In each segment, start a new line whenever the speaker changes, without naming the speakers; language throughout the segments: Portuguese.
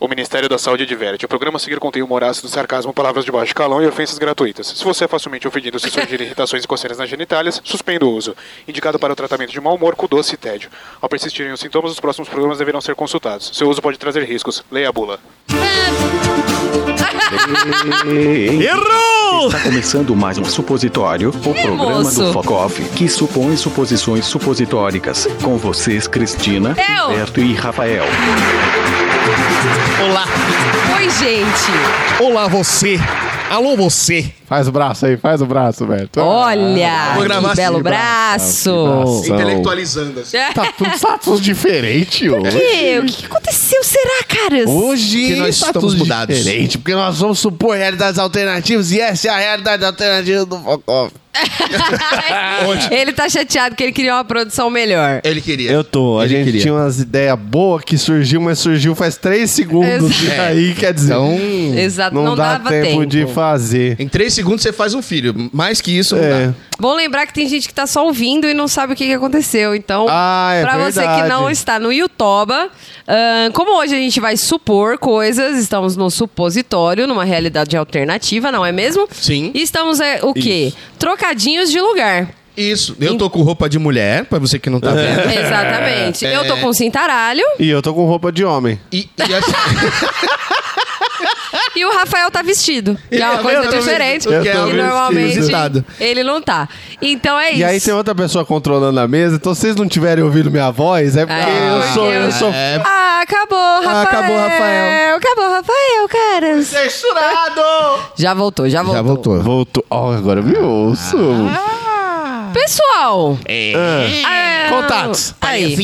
O Ministério da Saúde adverte. O programa a seguir contém humor ácido, sarcasmo, palavras de baixo calão e ofensas gratuitas. Se você é facilmente ofendido se surgirem irritações e coceiras nas genitálias, suspenda o uso. Indicado para o tratamento de mau humor com doce e tédio. Ao persistirem os sintomas, os próximos programas deverão ser consultados. Seu uso pode trazer riscos. Leia a bula.
Errou!
Está começando mais um supositório, o programa do
moço?
Focoff, que supõe suposições supositóricas. Com vocês, Cristina,
Eu.
Humberto e Rafael.
Olá.
Oi, gente.
Olá, você. Alô, você.
Faz o braço aí, faz o braço, Beto.
Olha,
Vou gravar
que belo
assim,
braço.
São-
Intelectualizando. assim.
Tá tudo status diferente hoje.
Meu, o que que aconteceu? Será, caras?
Hoje
Que nós
tá
estamos
tudo
mudados.
diferente, porque nós vamos supor realidades alternativas e essa é a realidade alternativa do Focoff.
Ele tá chateado que ele queria uma produção melhor.
Ele queria.
Eu tô, a
Ele
gente
queria.
tinha umas ideias boas que surgiu, mas surgiu faz três segundos. E aí, quer dizer, Então,
Exato,
não,
não
dá
dava
tempo,
tempo.
de fazer.
Em três segundos você faz um filho. Mais que isso,
É.
não dá.
Bom lembrar que tem gente que tá só ouvindo e não sabe o que, que aconteceu. Então,
Ah, é
pra você que
verdade.
não está no Yutoba, ahn, como hoje a gente vai supor coisas, estamos no supositório, numa realidade alternativa, não é mesmo?
Sim.
E estamos, é, o quê? Trocadinhos de lugar.
Isso. Eu tô com roupa de mulher, pra você que não
É.
tá vendo.
Exatamente.
É.
Eu tô com cintaralho
E eu tô com roupa de homem.
E, e assim, a-
e o Rafael tá vestido. Que é uma
Eu
coisa
tô
diferente.
vestido. Eu
que
tô vestido.
normalmente
Inusitado.
ele não tá. Então é
E
isso.
aí
um-
tem outra pessoa controlando a mesa, então se vocês não tiverem ouvindo minha voz, é porque
É,
eu
porque
sou, eu
eu-
sou
é,
Ah, acabou, Rafael.
acabou, Rafael.
Acabou, Rafael, caras.
censurado!
Já voltou, já voltou.
já voltou.
Voltou. Ó, agora eu me ouço.
Pessoal. ah,
Contatos.
Aí.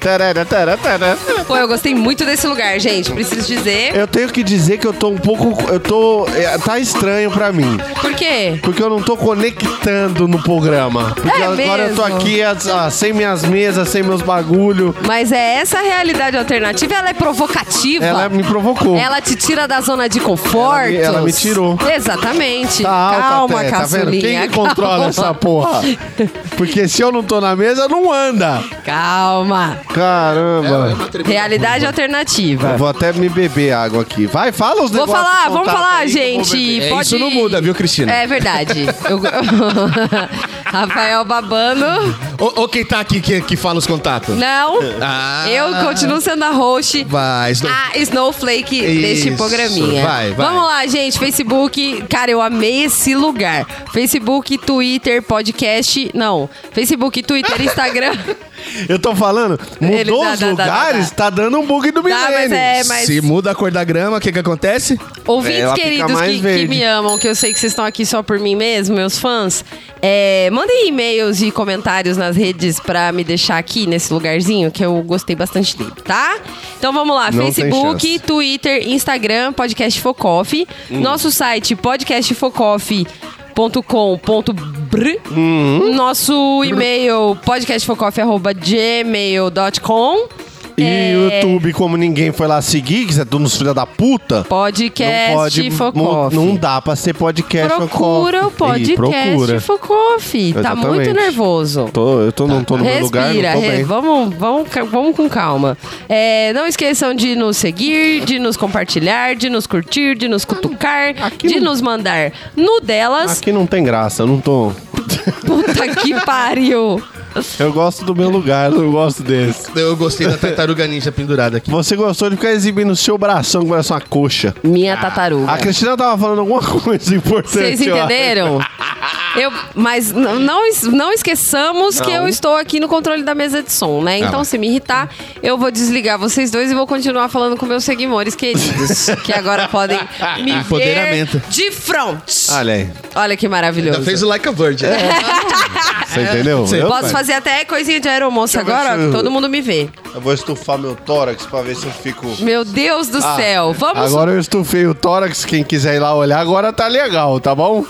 Tarara, tarara, tarara.
Pô, eu gostei muito desse lugar, gente. Preciso dizer.
Eu tenho que dizer que eu tô um pouco. Eu tô. é, Tá estranho pra mim.
Por quê?
Porque eu não tô conectando no programa. Porque
É
agora eu tô
mesmo?
aqui ah, sem minhas mesas, sem meus bagulho.
Mas é essa realidade alternativa, ela é provocativa.
Ela é me provocou.
Ela te tira da zona de conforto.
Ela me- ela me tirou.
Exatamente.
Tá alta
calma,
até, tá vendo?
caçulinha.
Quem que
calma.
controla essa porra? Porque se eu não tô na mesa, não anda.
Calma.
Caramba.
Realidade alternativa.
Vou até me beber água aqui. Vai, fala os
Vou
negócios.
falar,
do
vamos
contato
falar,
aí que eu vou
gente.
beber.
É,
pode...
isso não muda, viu, Cristina?
É verdade. Eu- Rafael babando.
Ô, ô, quem tá aqui que, que fala os contatos?
Não.
Ah.
Eu continuo sendo a host.
Vai, Snow-
A Snowflake deste
Isso,
programinha.
vai, vai.
Vamos lá, gente. Facebook. Cara, eu amei esse lugar. Facebook, Twitter, podcast. Não. Facebook, Twitter, Instagram.
Eu tô falando, mudou
Ele dá,
os
dá, dá,
lugares,
dá,
tá dando um bug do
Dá, mas
milênio.
é, mas.
Se muda a cor da grama, o que que acontece?
Ouvintes
Ela fica
queridos
mais
que, que
verde.
me amam, que eu sei que vocês estão aqui só por mim mesmo, meus fãs, é, mandem e-mails e comentários nas redes pra me deixar aqui nesse lugarzinho, que eu gostei bastante dele, tá? Então vamos lá,
Não tem
Facebook,
chance. Hum.
Twitter, Instagram, Podcast Focoff, nosso site podcastfocoff.com.br,
Hum.
nosso e-mail podcastfocoff.gmail.com
E
É.
o YouTube, como ninguém foi lá seguir, que você é tudo nos filha da puta.
Podcast
não pode. Não,
Focoff.
não dá pra ser podcast
Procura o
Focoff. Ih,
podcast
procura.
Focoff. Tá
Exatamente.
muito nervoso. Tá.
Tô, eu tô, não tô no meu
Respira,
lugar, não tô
re-
bem.
vamos, vamos, ca- vamos com calma. É, não esqueçam de nos seguir, de nos compartilhar, de nos curtir, de nos cutucar,
aqui
de
não-
nos mandar no delas.
Aqui não tem graça, eu não tô.
Puta que pariu!
Eu gosto do meu lugar, eu não gosto desse.
Eu gostei da tartaruga ninja pendurada aqui.
Você gostou de ficar exibindo o seu bração que parece uma coxa.
Minha tartaruga.
A Cristina tava falando alguma coisa importante.
Vocês
eu acho.
entenderam? Eu, mas n- não, es- não esqueçamos que eu estou aqui no controle da mesa de som, né?
Tá
Então, se me irritar, eu vou desligar vocês dois e vou continuar falando com meus seguidores queridos, que agora podem me ver
Empoderamento.
de front.
Olha aí,
Olha que maravilhoso.
Ainda fez o Like a Virgin. né?
você entendeu?
Você
Eu-
Posso fazer até coisinha de aeromoça
Deixa eu ver
agora, ó,
se
que
eu-
todo mundo me vê.
Eu vou estufar meu tórax pra ver se eu fico.
Meu Deus do céu. Vamos,
Ah. Agora eu estufei o tórax, quem quiser ir lá olhar, agora tá legal, tá bom?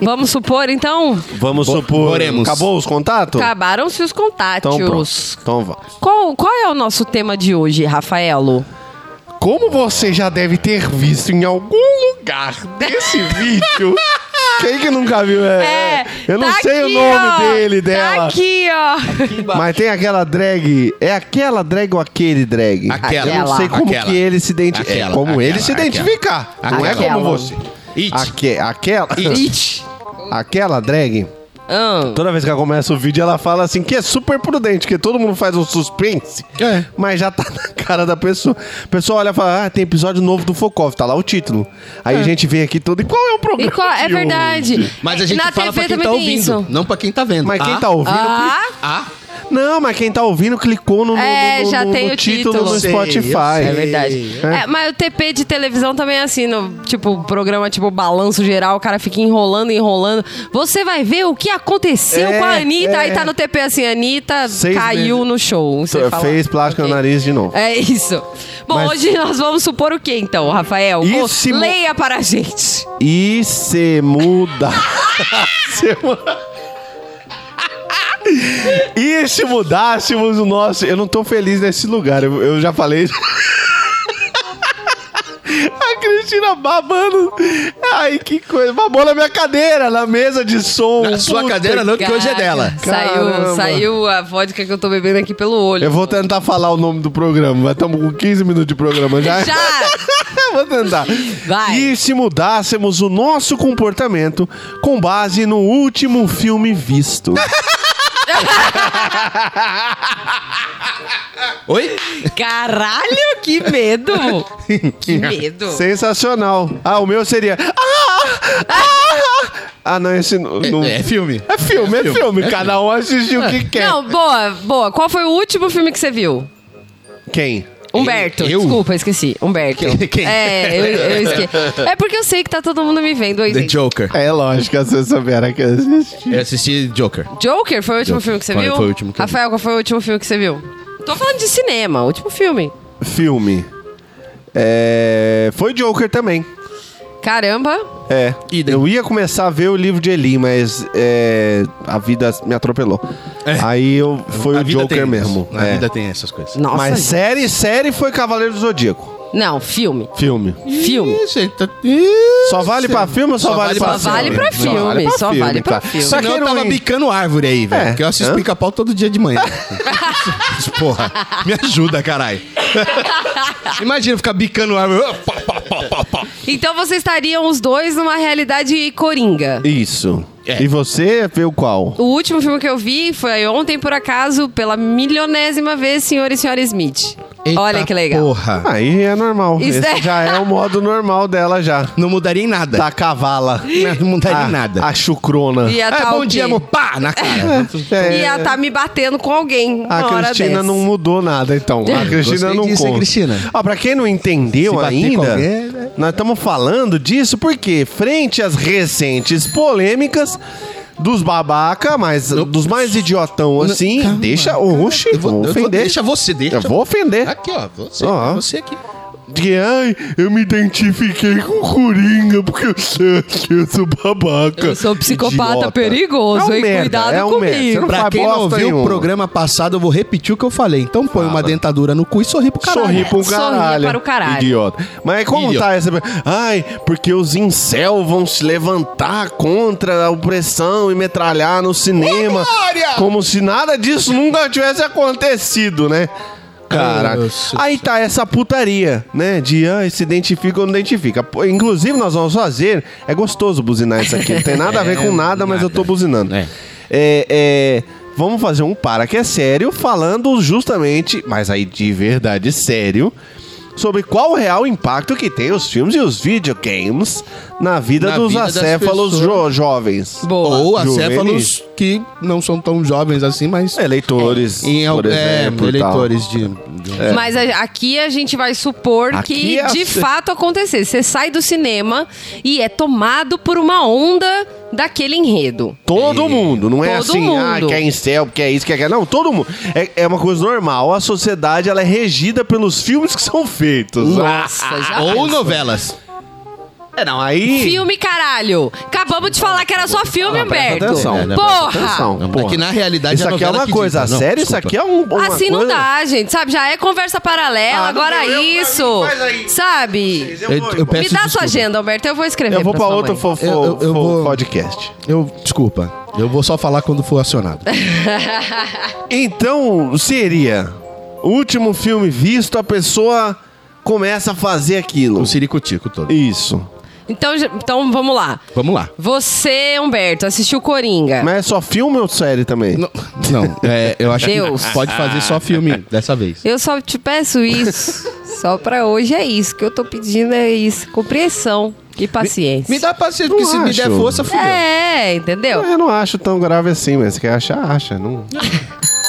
vamos supor, então?
Vamos supor.
boremos.
Acabou os contatos?
Acabaram-se os
Então pronto.
contátios.
Então vamos.
Qual, qual é o nosso tema de hoje, Rafaelo?
Como você já deve ter visto em algum lugar desse vídeo, Quem que nunca viu? É,
É,
eu não
tá
sei
aqui,
o nome
ó.
dele, dela.
Tá aqui, ó.
Mas tem aquela drag. É aquela drag ou aquele drag?
Aquela.
Eu não sei como
Aquela.
que ele se identifica.
Aquela,
como ele
aquela,
se
aquela.
identificar. Não é
Aquela.
como você.
It.
Aque, aquela.
It.
Aquela drag.
Ah,
Toda vez que ela começa o vídeo, ela fala assim que é super prudente, que todo mundo faz um suspense,
É.
mas já tá na cara da pessoa. A pessoa olha e fala, ah, tem episódio novo do Focov, tá lá o título. Aí a gente vem aqui todo, e qual é o
e
problema
qual- é
de hoje?"
verdade.
Mas a gente
Na TV
fala pra quem
também
tá
tem
ouvindo,
isso.
não pra quem tá vendo.
Mas quem
Ah,
tá ouvindo...
Ah,
Ah,
Não, mas quem tá ouvindo clicou no, no,
É,
no-
já
no-
tem
no
o
título,
título.
no
Eu sei,
Spotify.
é verdade.
É.
É, mas o TP de televisão também é assim, no, tipo, programa tipo Balanço Geral, o cara fica enrolando, enrolando. Você vai ver o que aconteceu
É,
com a Anitta,
é.
aí tá no TP assim, Anitta
Seis
caiu
meses.
no show. Você
Então,
fala,
fez plástica
ok.
no nariz de novo.
É isso. Bom,
Mas-
hoje nós vamos supor o que então, Rafael?
E
Pô,
se mo-
Leia para a gente.
E se muda. se muda. E se mudássemos o nosso. Eu não tô feliz nesse lugar, eu, eu já falei. isso. A Cristina babando. Ai, que coisa. Babou na minha cadeira, na mesa de som.
na sua
Puta
cadeira não, porque hoje é dela.
Caramba.
Saiu, saiu a vodka que eu tô bebendo aqui pelo olho.
Eu vou tentar falar o nome do programa. mas Estamos com 15 minutos de programa já.
Já!
vou tentar.
Vai.
E se mudássemos o nosso comportamento com base no último filme visto?
Oi?
Caralho, que medo!
É
que medo!
Sensacional. Ah, o meu seria. Ah, ah, ah. Ah, não, esse não. não-
É, é filme.
É filme, é, filme.
é
Cada um assistiu o que quer.
É. Não, boa, boa. Qual foi o último filme que você viu?
Quem?
Humberto,
Eu?
desculpa, eu esqueci. Humberto.
Quem- quem?
É, eu, eu esqueci. É porque eu sei que tá todo mundo me vendo aí.
The
gente.
Joker.
É lógico, a Sessa Vera que assistiu.
Eu assisti Joker.
Joker foi o último
Joker.
filme que você
Foi-
viu?
foi o último que eu vi.
Rafael, qual foi o último filme que você viu? Tô falando de cinema, último filme.
Filme. É, Foi Joker também.
Caramba.
É.
Idem.
Eu ia começar a ver o livro de Eli, mas é, a vida me atropelou.
É.
Aí eu foi
A
o
vida
Joker
tem isso.
mesmo.
A
é.
vida tem essas coisas.
Nossa.
Mas
gente.
série, série foi Cavaleiro do Zodíaco.
Não, filme.
Filme.
Filme.
Isso, ele tá... Isso.
Só vale pra filme ou só,
Só
vale,
vale pra
pra
Só vale pra filme, só vale pra
tá.
filme.
Só
Senão
que
eu tava
não...
bicando árvore aí, velho.
É.
Porque eu assisto
Hã?
pica-pau todo dia de manhã. Porra, me ajuda, caralho. Imagina eu ficar bicando árvore. Ah, pá, pá, pá, pá, pá.
Então vocês estariam os dois numa realidade coringa.
Isso.
É.
E você viu qual?
O último filme que eu vi foi ontem, por acaso, pela milionésima vez, Senhor e Senhora Smith.
Eita
Olha que legal.
Porra.
Aí é normal.
Isso
Esse
é-
já é o modo normal dela já.
Não mudaria em nada.
Da cavala.
Não mudaria
A-
em É nada.
A chucrona.
E a
Ah,
tá
bom
o quê?
dia, amor. Pá, na cara.
ah. É,
E ela tá me batendo com alguém
A
na hora
Cristina
dessa.
não mudou nada, então. A Cristina
É, Gostei
não
disso, hein,
conta.
Cristina?
Ó, pra quem não
Se
entendeu
bater com
ainda,
alguém, né?
nós estamos falando disso porque, frente às recentes polêmicas dos babaca, mas dos mais idiotão assim,
calma,
deixa. Oxe,
Eu vou-
vou
eu vou-
ofender.
deixa Ah. você, deixa.
Eu vou ofender.
Aqui, ó. Você,
Ó.
você aqui.
Que, ai, eu me identifiquei com o Coringa porque eu sou, eu sou babaca.
Eu sou um psicopata
Idiota.
perigoso,
É um
hein?
merda,
Cuidado
é um
comigo.
merda. Você não
Pra
faz
quem não
bosta
viu o
nenhuma.
programa passado, eu vou repetir o que eu falei. Então põe uma dentadura no cu e sorri pro caralho.
Sorri pro
Sorria
caralho.
para o caralho.
Idiota. Mas como
Idiota.
tá essa. Ai, porque os incel vão se levantar contra a opressão e metralhar no cinema. Como se nada disso nunca tivesse acontecido, né? Caraca.
Nossa
Aí tá essa putaria, né? De ai, se identifica ou não identifica. Pô, Inclusive, nós vamos fazer. É gostoso buzinar isso aqui. Não tem nada a ver com nada, mas eu tô buzinando.
É.
É, é, vamos fazer um para que é sério, falando justamente, mas aí de verdade sério, sobre qual o real impacto que tem os filmes e os videogames na vida
Na
dos
vida das
acéfalos
pessoas.
jo- jovens.
Boa.
Ou
Juvenis.
acéfalos que não são tão jovens assim, mas.
Eleitores,
Em, al-
por exemplo. tá.
é,
e tal.
eleitores de. de-
Mas a- aqui a gente vai supor
Aqui
que
é a-
de fato aconteceu. Você sai do cinema e é tomado por uma onda daquele enredo.
Todo mundo, não é
Todo
assim, ah,
mundo.
quer incel, quer isso, quer... quer- Não, todo mundo. É, é uma coisa normal, a sociedade ela é regida pelos filmes que são feitos.
Nossa, já
Ou
pensou?
novelas.
É, não, aí.
Filme, caralho. Acabamos de falar que era só filme,
Não, presta
Humberto.
atenção. Não, presta atenção.
Porra!
Porra.
É que na realidade
Isso
a
aqui é
novela
uma
que
coisa
diz, não,
sério, isso
desculpa.
aqui é um. uma
Assim não
coisa-
dá, gente, sabe? Já é conversa paralela,
Ah, não
agora
deu eu pra mim,
isso.
faz aí.
Sabe?
Eu,
Eu, eu
Me
peço
dá
desculpa.
sua agenda, Humberto, eu vou escrever.
eu vou pra
sua
outro
mãe.
fo- fo-
Eu- eu- eu
fo-
vou-
podcast.
Eu, desculpa. Eu vou só falar quando for acionado.
É.
Então, seria. Último filme visto, a pessoa começa a fazer aquilo.
O Ciricutico todo.
Isso.
Então, já- então vamos lá.
Vamos lá.
Você, Humberto, assistiu Coringa.
Mas é só filme ou série também?
Não, não, é, eu acho
Deus.
que pode fazer só filme dessa vez.
Eu só te peço isso. só pra hoje é isso. que eu tô pedindo é isso. Compreensão e paciência.
Me dá um paciência, porque
Não
se me der
acho.
força, fudeu.
É, entendeu?
Eu não acho tão grave assim, mas quer achar, acha. Não.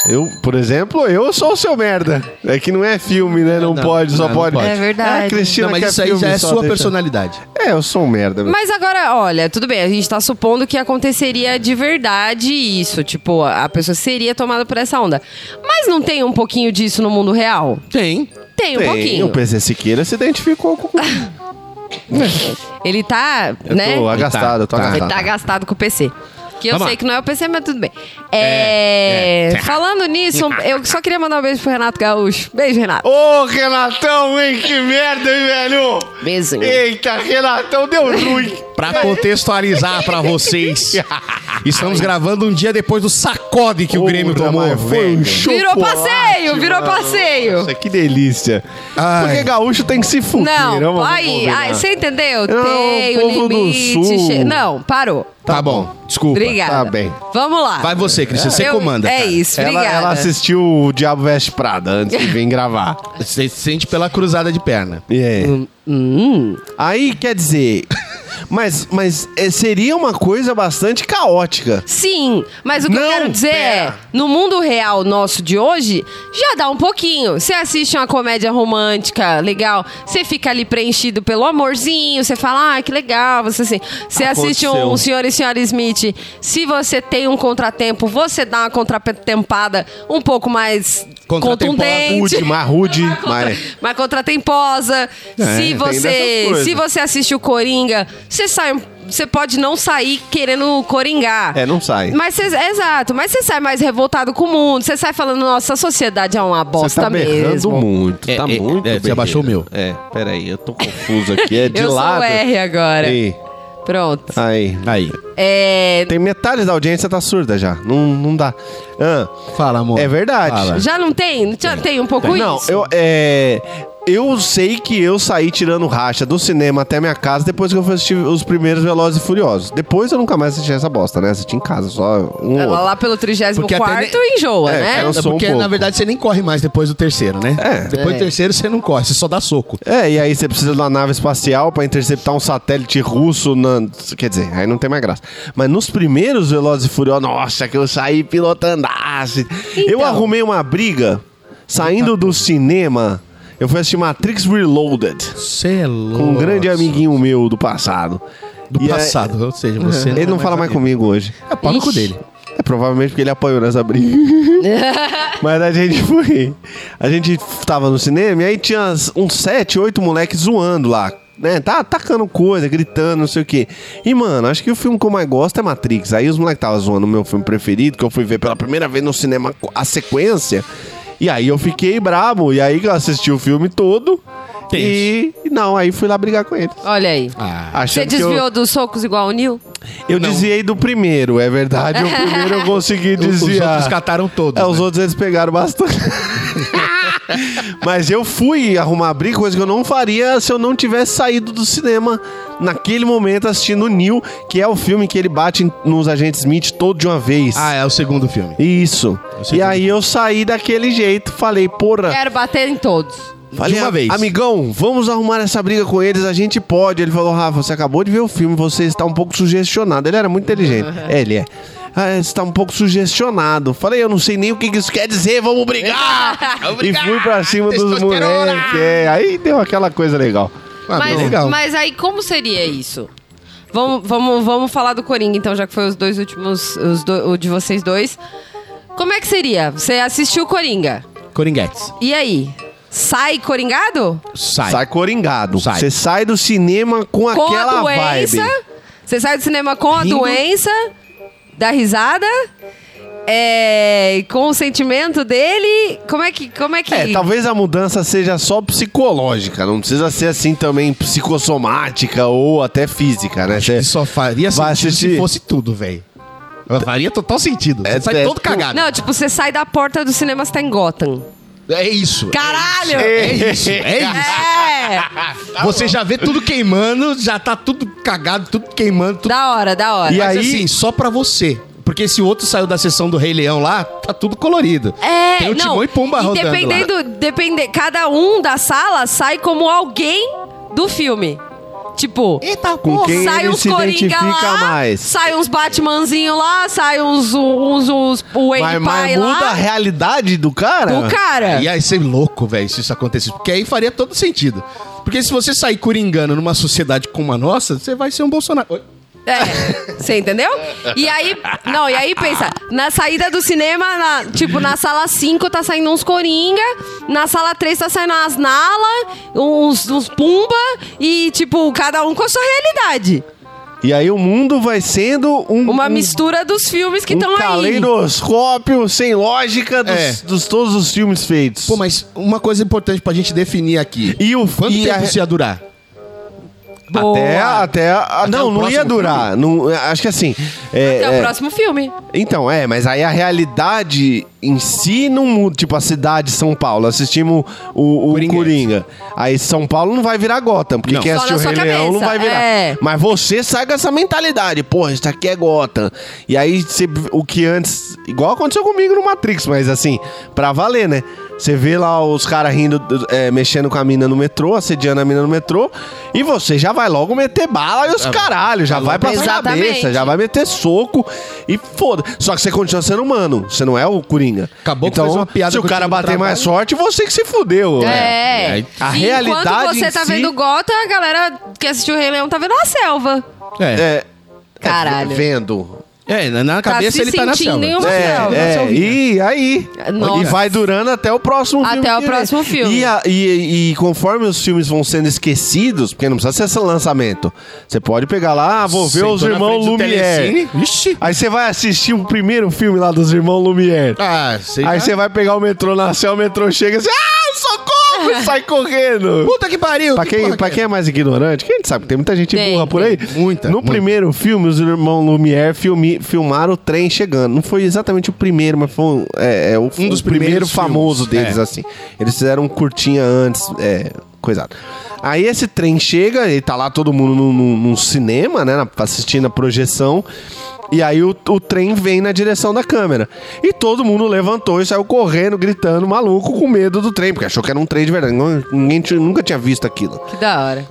Eu, por exemplo, eu sou o seu merda. É que não é filme, né? Não,
Não,
pode, só
não, não
pode.
pode.
É verdade.
Ah, a Cristina
Não, mas
quer
isso aí
filme,
já é
só
sua
deixa.
personalidade.
É, eu sou um merda. mesmo.
Mas agora, olha, tudo bem, a gente tá supondo que aconteceria de verdade isso. Tipo, a a pessoa seria tomada por essa onda. Mas não tem um pouquinho disso no mundo real?
Tem.
Tem um
Tem,
pouquinho.
O PC Siqueira se identificou com.
Ele tá,
Eu
né?
tô agastado, eu tô
Tá.
Ele
agastado.
tá gastado com o PC. Que eu
Vamos
sei
lá.
que não é o PC, mas tudo bem. É, Falando nisso, eu só queria mandar um beijo pro Renato Gaúcho. Beijo, Renato.
Ô, Renatão, hein? Que merda, hein, velho?
Beijinho.
Eita, Renatão, deu ruim.
Pra contextualizar pra vocês, estamos gravando um dia depois do sacode que o Grêmio
Porra,
tomou.
mas foi um
Virou
chocolate,
passeio, virou
mano.
passeio.
Nossa, que delícia.
Ai.
Porque gaúcho tem que se fuder. né,
Não,
mano?
aí,
Vamos
aí,
combinar.
você entendeu?
Não,
Tem o
povo do
limite.
Sul.
che- Não, parou.
Tá bom, desculpa.
Obrigada.
tá bem.
Vamos lá.
Vai você, Cristian, você
Eu-
comanda.
É
cara.
isso,
Ela,
obrigada.
ela assistiu o Diabo Veste Prada antes de vir gravar. Hum.
Você sente pela cruzada de perna.
E aí?
Hum.
Aí, quer dizer... Mas, mas é, seria uma coisa bastante caótica.
Sim, mas o que eu
Não,
quero dizer é,
pera.
no mundo real nosso de hoje, já dá um pouquinho. Você assiste uma comédia romântica, legal, você fica ali preenchido pelo amorzinho, você fala, ah, que legal, você assim. Você assiste um,
Aconteceu.
Senhor e Senhora Smith, se você tem um contratempo, você dá uma contratempada um pouco mais
Contratempo-
contundente.
Rude, mais rude,
Contra,
mais...
mas contratemposa. se
É, tem dessas
você
coisas.
se você assiste o Coringa, você sai um- você pode não sair querendo coringar.
É, não sai.
Mas cê, exato, mas você sai mais revoltado com o mundo, você sai falando, nossa, a sociedade é uma
Você
bosta
tá berrando
mesmo.
muito,
É,
tá
é,
muito
é, você
berreiro.
abaixou o meu.
É, peraí, eu tô confuso aqui, é de
Eu
lado. Ah.
sou o R agora.
Aí,
Pronto.
aí.
Aí.
É,
Tem metade da audiência tá surda já, não, não dá. Ah,
Fala, amor.
é verdade.
Fala.
já não tem? Já tem um pouco
Não,
isso?
eu, é, eu sei que eu saí tirando racha do cinema até minha casa depois que eu fui assistir os primeiros Velozes e Furiosos. Depois eu nunca mais assisti essa bosta, né? Assisti em casa, só um ou
Ela
outro.
lá pelo 34
Porque até nem-
enjoa,
É,
né?
eu
É
sou um
porque, na
pouco.
verdade, você nem corre mais depois do terceiro, né?
É.
Depois do terceiro, você não corre, você só dá soco.
É, e aí você precisa de uma nave espacial pra interceptar um satélite russo. Na... Quer dizer, aí não tem mais graça. Mas nos primeiros Velozes e Furiosos, nossa, que eu saí pilotandasse. Eu arrumei uma briga saindo do cinema. Eu fui assistir Matrix Reloaded
Você é
com um grande amiguinho meu do passado.
Do
E aí-
passado, ou seja, você.
Ele não
é
fala mais comigo hoje.
É pau no cu dele.
É provavelmente porque ele apoiou nessa briga. Mas a gente foi. A gente tava no cinema e aí tinha uns 7, 8 moleques zoando lá. Né? Tá atacando coisa, gritando, não sei o quê. E, mano, acho que o filme que eu mais gosto é Matrix. Aí os moleques estavam zoando o meu filme preferido, que eu fui ver pela primeira vez no cinema a sequência. E aí eu fiquei brabo. E aí que eu assisti o filme todo.
Tenso.
E não, aí fui lá brigar com eles.
Olha aí.
Ah,
Você
Achando que eu-
desviou dos socos igual o Nil?
eu desviei do primeiro, é verdade. O primeiro eu consegui
os
desviar.
outros cataram todos.
É, os
né?
outros eles pegaram bastante. Mas eu fui arrumar briga, coisa que eu não faria se eu não tivesse saído do cinema naquele momento assistindo o Neil, que é o filme que ele bate em- nos agentes Smith todo de uma vez.
Ah, é o segundo filme.
Isso.
sei
E
que-
aí eu saí daquele jeito, falei, porra.
Quero bater em todos.
Falei,
De uma
"A-
vez."
amigão, vamos arrumar essa briga com eles, a gente pode. Ele falou, Rafa, você acabou de ver o filme, você está um pouco sugestionado. Ele era muito inteligente. é, ele é. Ah, você está um pouco sugestionado. Falei, eu não sei nem o que que isso quer dizer, vamos brigar! e fui pra cima dos moleques. É, aí deu aquela coisa legal.
Ah,
Mas,
legal.
mas aí como seria isso? Vamos, vamos, vamos falar do Coringa, então, já que foi os dois últimos, os do- o de vocês dois. Como é que seria? Você assistiu o Coringa.
Coringuetes.
E aí? Sai coringado?
Sai.
Sai coringado.
Sai.
Você sai do cinema com,
Com
aquela
a doença.
vibe.
Você sai do cinema com a
Rindo.
doença, da risada, é, com o sentimento dele. Como é que. Como é que.
É, talvez a mudança seja só psicológica, não precisa ser assim também psicossomática ou até física, né?
Acho que
Cê-
só faria
Vai
sentido se
assistir.
fosse tudo, velho. Faria total sentido. Você
É,
sai
é,
todo cagado.
Não, tipo, você sai da porta do cinema, você tá em Gotham.
É isso.
Caralho!
É isso, é
Tá
isso.
É!
Você já vê tudo queimando, já tá tudo cagado, tudo queimando, tudo.
Da hora, da hora.
E
Mas
aí-
assim, só pra você. Porque se o outro saiu da sessão do Rei Leão lá, tá tudo colorido.
É,
um
Tem o
não,
Timão e Pumba rodando lá.
dependendo, depende- cada um da sala sai como alguém do filme. Tipo,
Eita,
Com quem
sai
ele
uns
se
Coringa
identifica
lá,
mais?
sai uns Batmanzinho lá, sai uns, uns, uns o
Mas,
Wayne
mas
Pai
muda a
lá.
realidade do cara?
Do
É.
cara.
E aí ser louco, velho, se isso acontecesse. Porque aí faria todo sentido. Porque se você sair coringando numa sociedade como a nossa, você vai ser um Bolsonaro. Oi?
É, você entendeu? E aí, não, e aí pensa, na saída do cinema, na- tipo, na sala 5 tá saindo uns coringa, na sala 3 tá saindo as nala, uns, uns pumba, e tipo, cada um com a sua realidade.
E aí o mundo vai sendo um.
Uma
um,
mistura dos filmes que
um
estão aí.
caleidoscópio sem lógica dos,
É.
dos todos os filmes feitos.
Pô, mas uma coisa importante pra gente definir aqui.
E o
Quanto
e
tempo
a-
isso ia durar?
Boa.
Até, até, a-
o
Não, não
próximo
ia durar. Não, acho que assim. é,
Até
é,
o próximo filme.
Então, é, mas aí a realidade em si não muda. Tipo, a cidade de São Paulo. Assistimos o, o
Coringa.
Coringa. Aí São Paulo não vai virar Gotham, porque
Não.
quem
Só
assistiu o
na sua
Rei Leão não
cabeça,
vai virar.
é.
Mas você sai com essa mentalidade. Porra, isso aqui é Gotham. E aí, você- o que antes... Igual aconteceu comigo no Matrix, mas assim, pra valer, né? Você vê lá os caras rindo, é, mexendo com a mina no metrô, assediando a mina no metrô, e você já vai logo meter bala e
É,
os caralho,
Tá
já vai pra
Exatamente.
cabeça, já vai meter soco e foda. Só que você continua sendo humano, você não é o Coringa.
Acabou que
então,
fez uma piada
se o
com o
cara
time
bater
do
mais
trabalho.
sorte, você que se fudeu.
É.
né? A
E
realidade
Enquanto você
em
tá
si-
vendo Gota, a galera que assistiu o Rei Leão tá vendo a selva.
É.
É,
Caralho.
Vendo.
É, na- na cabeça
se
ele tá na
sentindo
selva.
em uma-
É,
Marcelo,
é,
Marcelo Vina.
e aí?
né? Nossa.
E vai durando até o próximo
Até
filme.
o
que vem.
próximo filme.
E, a- e- e conforme os filmes vão sendo esquecidos, porque não precisa ser esse lançamento, você pode pegar lá, ah, vou ver
Sentou
os
na
irmãos
frente do
Lumière.
Telecine. Ixi.
Aí você vai assistir o primeiro filme lá dos irmãos Lumière.
Ah, sei
Aí
lá.
você vai pegar o metrô na céu, o metrô chega assim, ah, socorro! E sai correndo.
Puta que pariu!
Pra
que
quem,
porra
pra
que
quem é mais ignorante, quem sabe que tem muita gente
Tem,
burra por aí.
Muita,
No
muita.
primeiro filme, os irmãos Lumière filmi- filmaram o trem chegando. Não foi exatamente o primeiro, mas foi um, é, é, o,
Um dos
o primeiro
primeiros
famoso
filmes,
deles,
é.
assim. Eles fizeram um curtinha antes, é, coisado. Aí esse trem chega, e tá lá todo mundo num, num- num cinema, né? na- Assistindo a projeção. E aí o, o trem vem na direção da câmera. E todo mundo levantou e saiu correndo, gritando, maluco, com medo do trem, porque achou que era um trem de verdade. Ninguém tinha- nunca tinha visto aquilo.
Que da hora.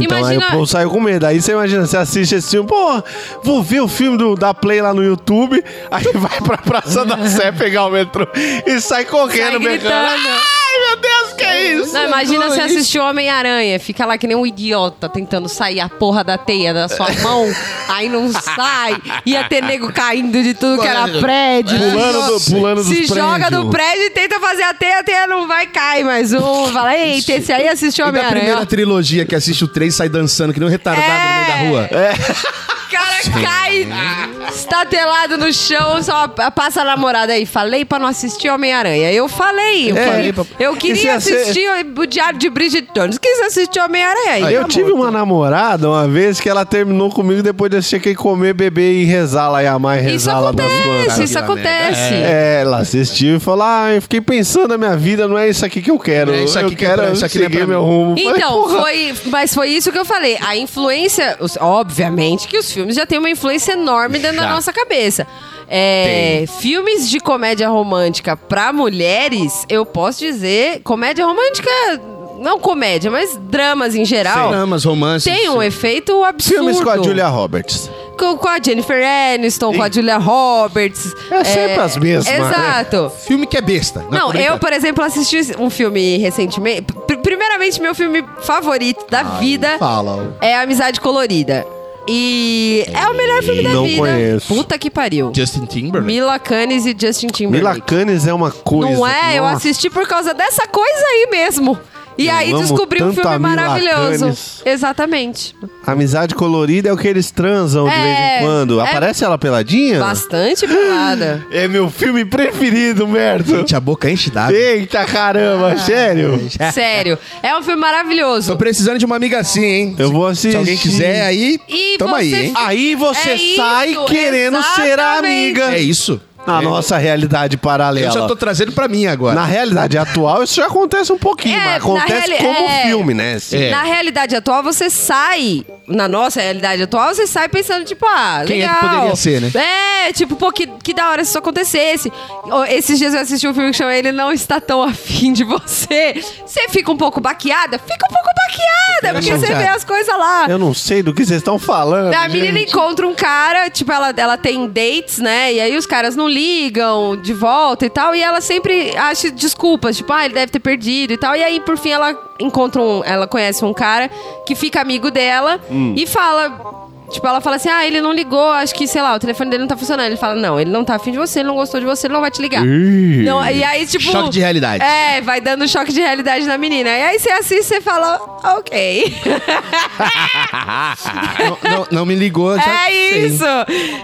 Então aí o povo saiu com medo. Aí você imagina, você assiste esse filme, pô, vou ver o filme do- da Play lá no YouTube, aí vai pra Praça da Sé pegar o metrô e sai correndo,
Sai
berrando.
gritando.
Ai, meu Deus, que é isso?
Não, imagina você assistir o Homem-Aranha, fica lá que nem um idiota tentando sair a porra da teia da sua mão, aí não sai, ia ter nego caindo de tudo que era prédio.
Pulando, do, pulando dos
Se joga
prédios.
do prédio e tenta fazer a teia, a teia não vai cair mais um. Fala, eita, esse aí assistiu
E da
Homem-Aranha.
Ah.
primeira
ó.
trilogia que assiste o 3 sai dançando que nem um retardado no meio da
É.
rua.
O cara cai, estatelado no chão, só passa a namorada aí. Falei pra não assistir Homem-Aranha. Eu falei. Eu,
É,
falei,
e pra-
eu
e se
queria
você-
assistir o Diário de Bridget Jones. Quis assistir Homem-Aranha.
Ah, Eu tive uma
tá.
namorada uma vez que ela terminou comigo depois de assistir que comer, beber e rezar lá e amar e
Isso
rezar lá das
acontece,
plantas.
isso acontece.
É, ela assistiu e falou: Ah, eu fiquei pensando na minha vida, não é isso aqui que eu quero.
É isso aqui
eu
que é
quero
pra- isso aqui não é
seguir
pra
meu
mim."
rumo. Falei,
Então,
"Porra,
foi, mas foi isso que eu falei. A influência, os- obviamente que os filmes já têm uma influência enorme dentro da
Já.
nossa cabeça. É, filmes de comédia romântica pra mulheres, eu posso dizer, comédia romântica, não comédia, mas dramas em geral,
Dramas, romances.
tem um efeito absurdo.
Filmes com a Julia Roberts.
Com, com a Jennifer Aniston, com a Julia Roberts.
É sempre as mesmas, né?
Exato.
Filme que é besta.
Não,
tô
eu,
brincando.
por exemplo, assisti um filme recentemente. Pr- Primeiramente, meu filme favorito da vida
Fala.
é Amizade Colorida. E é o melhor filme da
Não
vida.
conheço.
Puta que pariu.
Justin Timberlake.
Mila Kunis e Justin
Mila
Timberlake.
Kunis é uma coisa.
Não é? Eu
nossa.
assisti por causa dessa coisa aí mesmo. E
Eu
aí
amo
descobri um
tanto
filme
a Mila
maravilhoso.
Kunis.
Exatamente.
Amizade colorida é o que eles transam de
É,
vez em quando.
é-
Aparece ela peladinha?
Bastante pelada.
É meu filme preferido, Merto.
Gente, a boca é enche d'água.
Eita
Ah,
caramba, sério?
Sério. É um filme maravilhoso.
Tô precisando de uma amiga assim, hein?
Eu vou assistir.
Se alguém quiser, aí.
E
tamo aí,
você-
hein?
Aí você
É isso,
sai querendo ser a
exatamente.
amiga.
É isso.
Na nossa realidade
Eu já
paralela.
tô trazendo pra mim agora.
Na realidade atual, isso já acontece um pouquinho,
É,
mas acontece
na reali-
como
é.
filme, né? Assim.
É.
Na realidade atual, você sai. Na nossa realidade atual, você sai pensando, tipo, ah,
Quem é que
legal.
poderia ser, né?
É, tipo, pô, que, que da hora se isso acontecesse. Ó, Esses dias eu assisti um filme que chama Ele Não Está Tão Afim de Você. Você fica um pouco baqueada? Fica um pouco baqueada, porque você
chateado.
vê as coisas lá.
Eu não sei do que vocês estão falando.
Tá,
né?
A menina
gente.
encontra um cara, tipo, ela, ela tem dates, né? E aí os caras não ligam de volta e tal. E ela sempre acha desculpas, tipo, ah, ele deve ter perdido e tal. E aí, por fim, ela encontra um. Ela conhece um cara que fica amigo dela
Hum.
e fala. Tipo, ela fala assim, ah, ele não ligou, acho que, sei lá, o telefone dele não tá funcionando. Ele fala, não, ele não tá afim de você, ele não gostou de você, ele não vai te ligar. Não, e aí, tipo...
Choque de realidade.
É, vai dando choque de realidade na menina. E aí você assiste e você fala, ok.
Não, não- não me ligou. já
É
sei.
isso!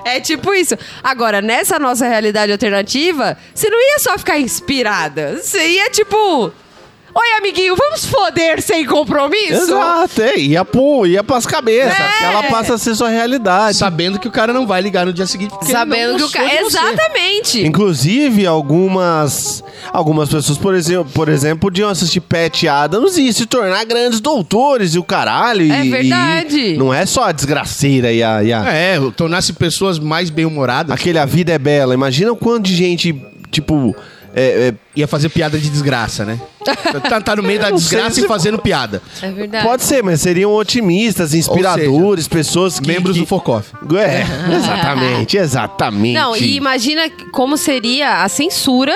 É tipo isso. Agora, nessa nossa realidade alternativa, você não ia só ficar inspirada. Você ia tipo. Oi, amiguinho, vamos foder sem compromisso?
Exato, é, ia, pro, ia pras cabeças.
É.
que Ela passa a ser sua realidade.
Sabendo que o cara não vai ligar no dia seguinte. porque ele
Sabendo
não
que o
gostou
cara. é
de você.
Exatamente!
Inclusive, algumas algumas pessoas, por exemplo, por exemplo, podiam assistir Pat Adams e se tornar grandes doutores e o caralho.
É
e-
verdade.
e não é só a desgraceira e a. e a-
É, tornar-se pessoas mais bem-humoradas.
Aquele A Vida é Bela. Imagina o quanto de gente, tipo. é- é,
Ia fazer piada de desgraça, né? Tá, tá no meio da
Eu não sei
desgraça
se-
e fazendo piada.
É verdade.
pode ser, mas seriam otimistas, inspiradores, pessoas que.
Membros
que-
do Focoff.
É, exatamente, exatamente.
Não, e imagina como seria a censura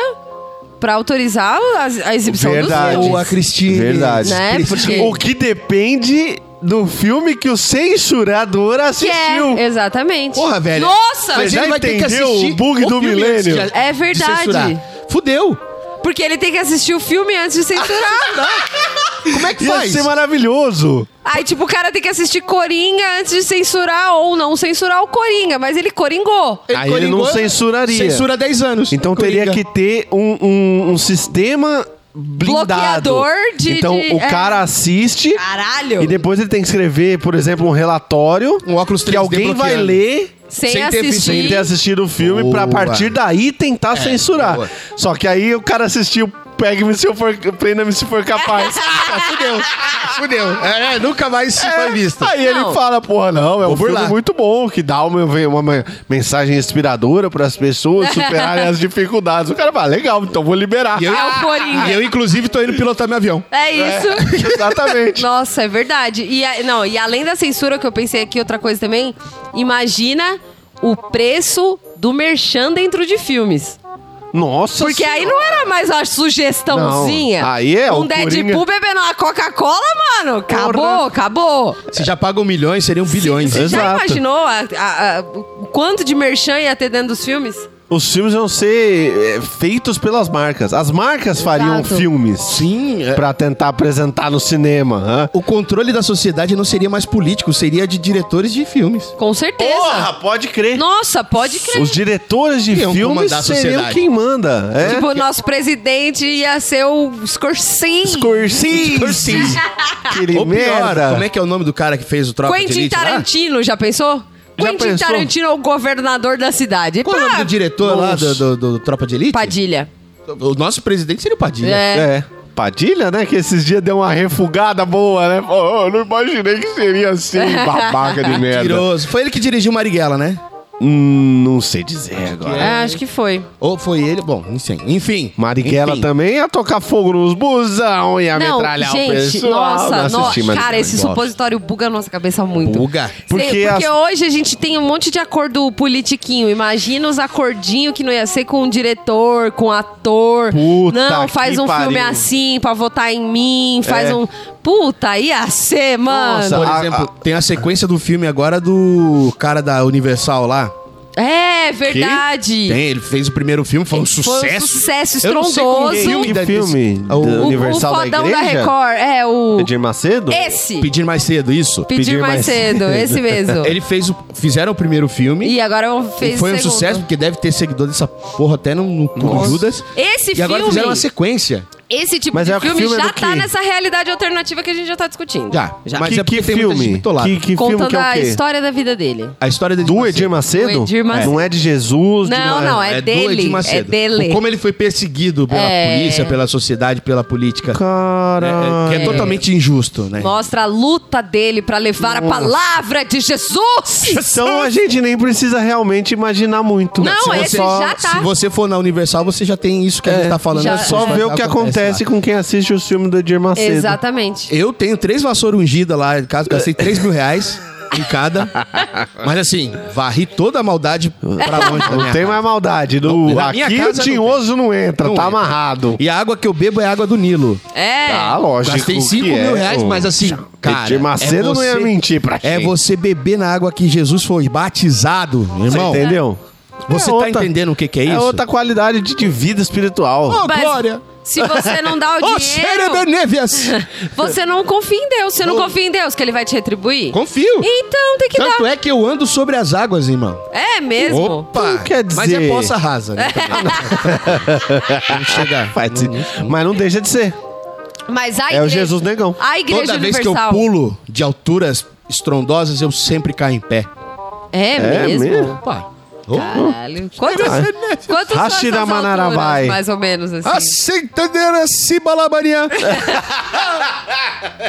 pra autorizar a, a exibição
Verdade.
do filme.
Boa,
Cristine.
Verdade.
Né? Porque-
O que depende do filme que o censurador
Que
assistiu.
é, exatamente.
Porra, velho.
Nossa!
Mas
Você
ele
já
vai ter que
entendeu
assistir
o bug do
filme antes
milênio?
de-
É
de
verdade.
censurar. Fudeu.
Porque ele tem que assistir o filme antes de censurar.
Como é que
Ia
faz?
ser maravilhoso.
Aí, tipo, o cara tem que assistir Coringa antes de censurar ou não censurar o Coringa, mas ele coringou.
Aí ele não
coringou,
censuraria.
Censura 10 anos.
Então teria que ter um, um- um sistema blindado.
Bloqueador de-
Então
de-
o
é.
cara assiste
Caralho!
e depois ele tem que escrever, por exemplo, um relatório
Um óculos 3D
que alguém vai
bloqueando.
ler
sem,
sem ter
assistir.
visto,
sem ter assistido o filme pra a
Boa. É,
partir daí tentar censurar.
boa.
Só que aí o cara assistiu Pega-me se eu for, prenda-me se for capaz.
Ah, fudeu. Fudeu. É, é, nunca mais se foi visto.
Aí
Não.
ele fala, porra, não, é um
Vou burlar.
filme muito bom, que dá uma, uma mensagem inspiradora pras pessoas superarem as dificuldades. O cara fala, legal, então vou liberar.
E eu,
É o Coringa.
e eu, inclusive, tô indo pilotar meu avião.
É isso.
Exatamente.
Nossa, é verdade. E, a- não, e além da censura que eu pensei aqui, outra coisa também, imagina o preço do merchan dentro de filmes.
Nossa
Porque aí
Senhora.
não era mais uma sugestãozinha.
Não, aí é
Um
o
Deadpool
Coringa.
bebendo uma Coca-Cola, mano. Acabou,
Porra.
acabou.
Se já pagam milhões, seriam bilhões.
Você já
Exato.
imaginou a- a- a- o quanto de merchan ia ter dentro dos filmes?
Os filmes vão ser é, feitos pelas marcas. As marcas fariam
Exato.
filmes.
Sim, é-
Pra tentar apresentar no cinema. hã?
o controle da sociedade não seria mais político, seria de diretores de filmes.
Com certeza.
Porra, pode crer.
Nossa, pode crer.
Os diretores de
Quem iam
filmes
comandar a
seriam
sociedade?
quem manda. É?
Tipo, o nosso presidente ia ser o Scorsese.
Scorsese. né?
Scorsese.
Aquele
Ou pior,
merda.
como é que é o nome do cara que fez o Tropa de
Quentin
Elite lá?
Tarantino, já pensou?
Já
Quentin
pensou?
Tarantino é o governador da cidade.
Qual é o nome
Pá,
do diretor lá do,
Nossa.
do- do Tropa de Elite?
Padilha.
O nosso presidente seria o Padilha.
É.
É. Padilha, né? Que esses dias deu uma refugada boa, né? Pô, eu não imaginei que seria assim, babaca de merda.
Mentiroso. Foi ele que dirigiu Marighella, né?
Hum, não sei dizer agora.
É, acho que foi.
Ou foi ele? Bom, enfim. Enfim.
Marighella
Enfim.
também ia tocar fogo nos busão, ia
Não,
metralhar o
gente,
pessoal.
nossa,
Não
no-
assisti, mas
cara,
eu
esse
gosto.
supositório buga a nossa cabeça muito.
Buga.
Porque
Sei, porque
as-
hoje a gente tem um monte de acordo politiquinho. Imagina os acordinhos que não ia ser com o diretor, com o ator.
Puta
não, faz
que
um filme
pariu.
assim pra votar em mim, faz
É.
um. Puta, ia ser, mano.
Nossa.
Por
A-
exemplo, tem a sequência do filme agora do cara da Universal lá.
É,
que
verdade.
Tem, ele fez o primeiro filme, foi um
Foi um
sucesso.
sucesso
Eu não sei como
estrondoso.
Que
desse-
filme?
Ah, o-
Da-
O, o
Universal da
fodão da,
Igreja?
Record. É, o.
Edir Macedo?
Esse. Pedir,
Pedir mais cedo, isso?
mais, cedo. Esse mesmo.
Ele fez o. Fizeram o primeiro filme.
E agora fez
e foi
o
um
segundo.
sucesso, porque deve ter seguidor dessa porra até no, no Clube Judas.
Esse
e agora
filme,
fizeram uma sequência.
esse tipo
Mas
de
é o
filme,
filme
já tá
do quê?
nessa realidade alternativa que a gente já tá discutindo.
Já. Mas
que,
é porque
que
tem muita gente
filme?
bitolada.
Que, que filme
Contando
que é o
a
quê?
história da vida dele.
A história dele.
Do Edir Macedo?
Do Edir Macedo.
Não é de Jesus.
Não,
de-
não, é,
do
dele.
Edir
É
Macedo.
dele.
Como ele foi perseguido pela
É.
polícia, pela sociedade, pela política.
Cara...
né? Que é totalmente injusto, né?
Mostra a luta dele pra levar a palavra de Jesus.
Então a gente nem precisa realmente imaginar muito.
Não,
é
esse
só,
já tá.
Se você for na Universal, você já tem isso que a gente tá falando.
já-
É
só ver o que acontece
lá.
com quem assiste o filme do Edir Macedo.
Exatamente.
Eu tenho três vassouras ungidas lá, em casa, gastei 3 mil reais em cada. Mas assim, varri toda a maldade pra longe da
Não
minha
tem mais maldade. Do,
Não, na minha
aqui o
casa não
tinhoso não, entra,
Não
tá
entra.
amarrado.
E a água que eu bebo é a água do Nilo.
É.
Tá, lógico.
Gastei 5
que
mil
é,
reais,
pô.
mas assim, cara.
Edir Macedo não ia mentir pra
É
gente.
você beber na água que Jesus foi batizado,
Você
irmão.
entendeu?
Você tá entendendo o que que é
É
isso?
outra qualidade de, de vida espiritual.
Ô,
Mas
Glória!
Se você não dá o
Ô,
dinheiro,
Xere Benévias!
você não confia em Deus. Você não confia em Deus que ele vai te retribuir?
Confio!
Então tem que
Tanto
dar.
é que eu ando sobre as águas, irmão.
É, mesmo.
Não quer dizer-
Mas é poça rasa, né? Também. não chega.
Faz
não-
sentido. Mas não deixa de ser.
Mas a
É o
igreja-
Jesus negão.
A igreja
Toda vez que eu
universal.
pulo de alturas estrondosas, eu sempre caio em pé.
É
É
mesmo.
mesmo?
Pá. Ô,
Caralho. Quantos, quantos são essas
Hashira
alturas,
Manarabai.
mais ou menos, assim?
Assim entender esse balabania.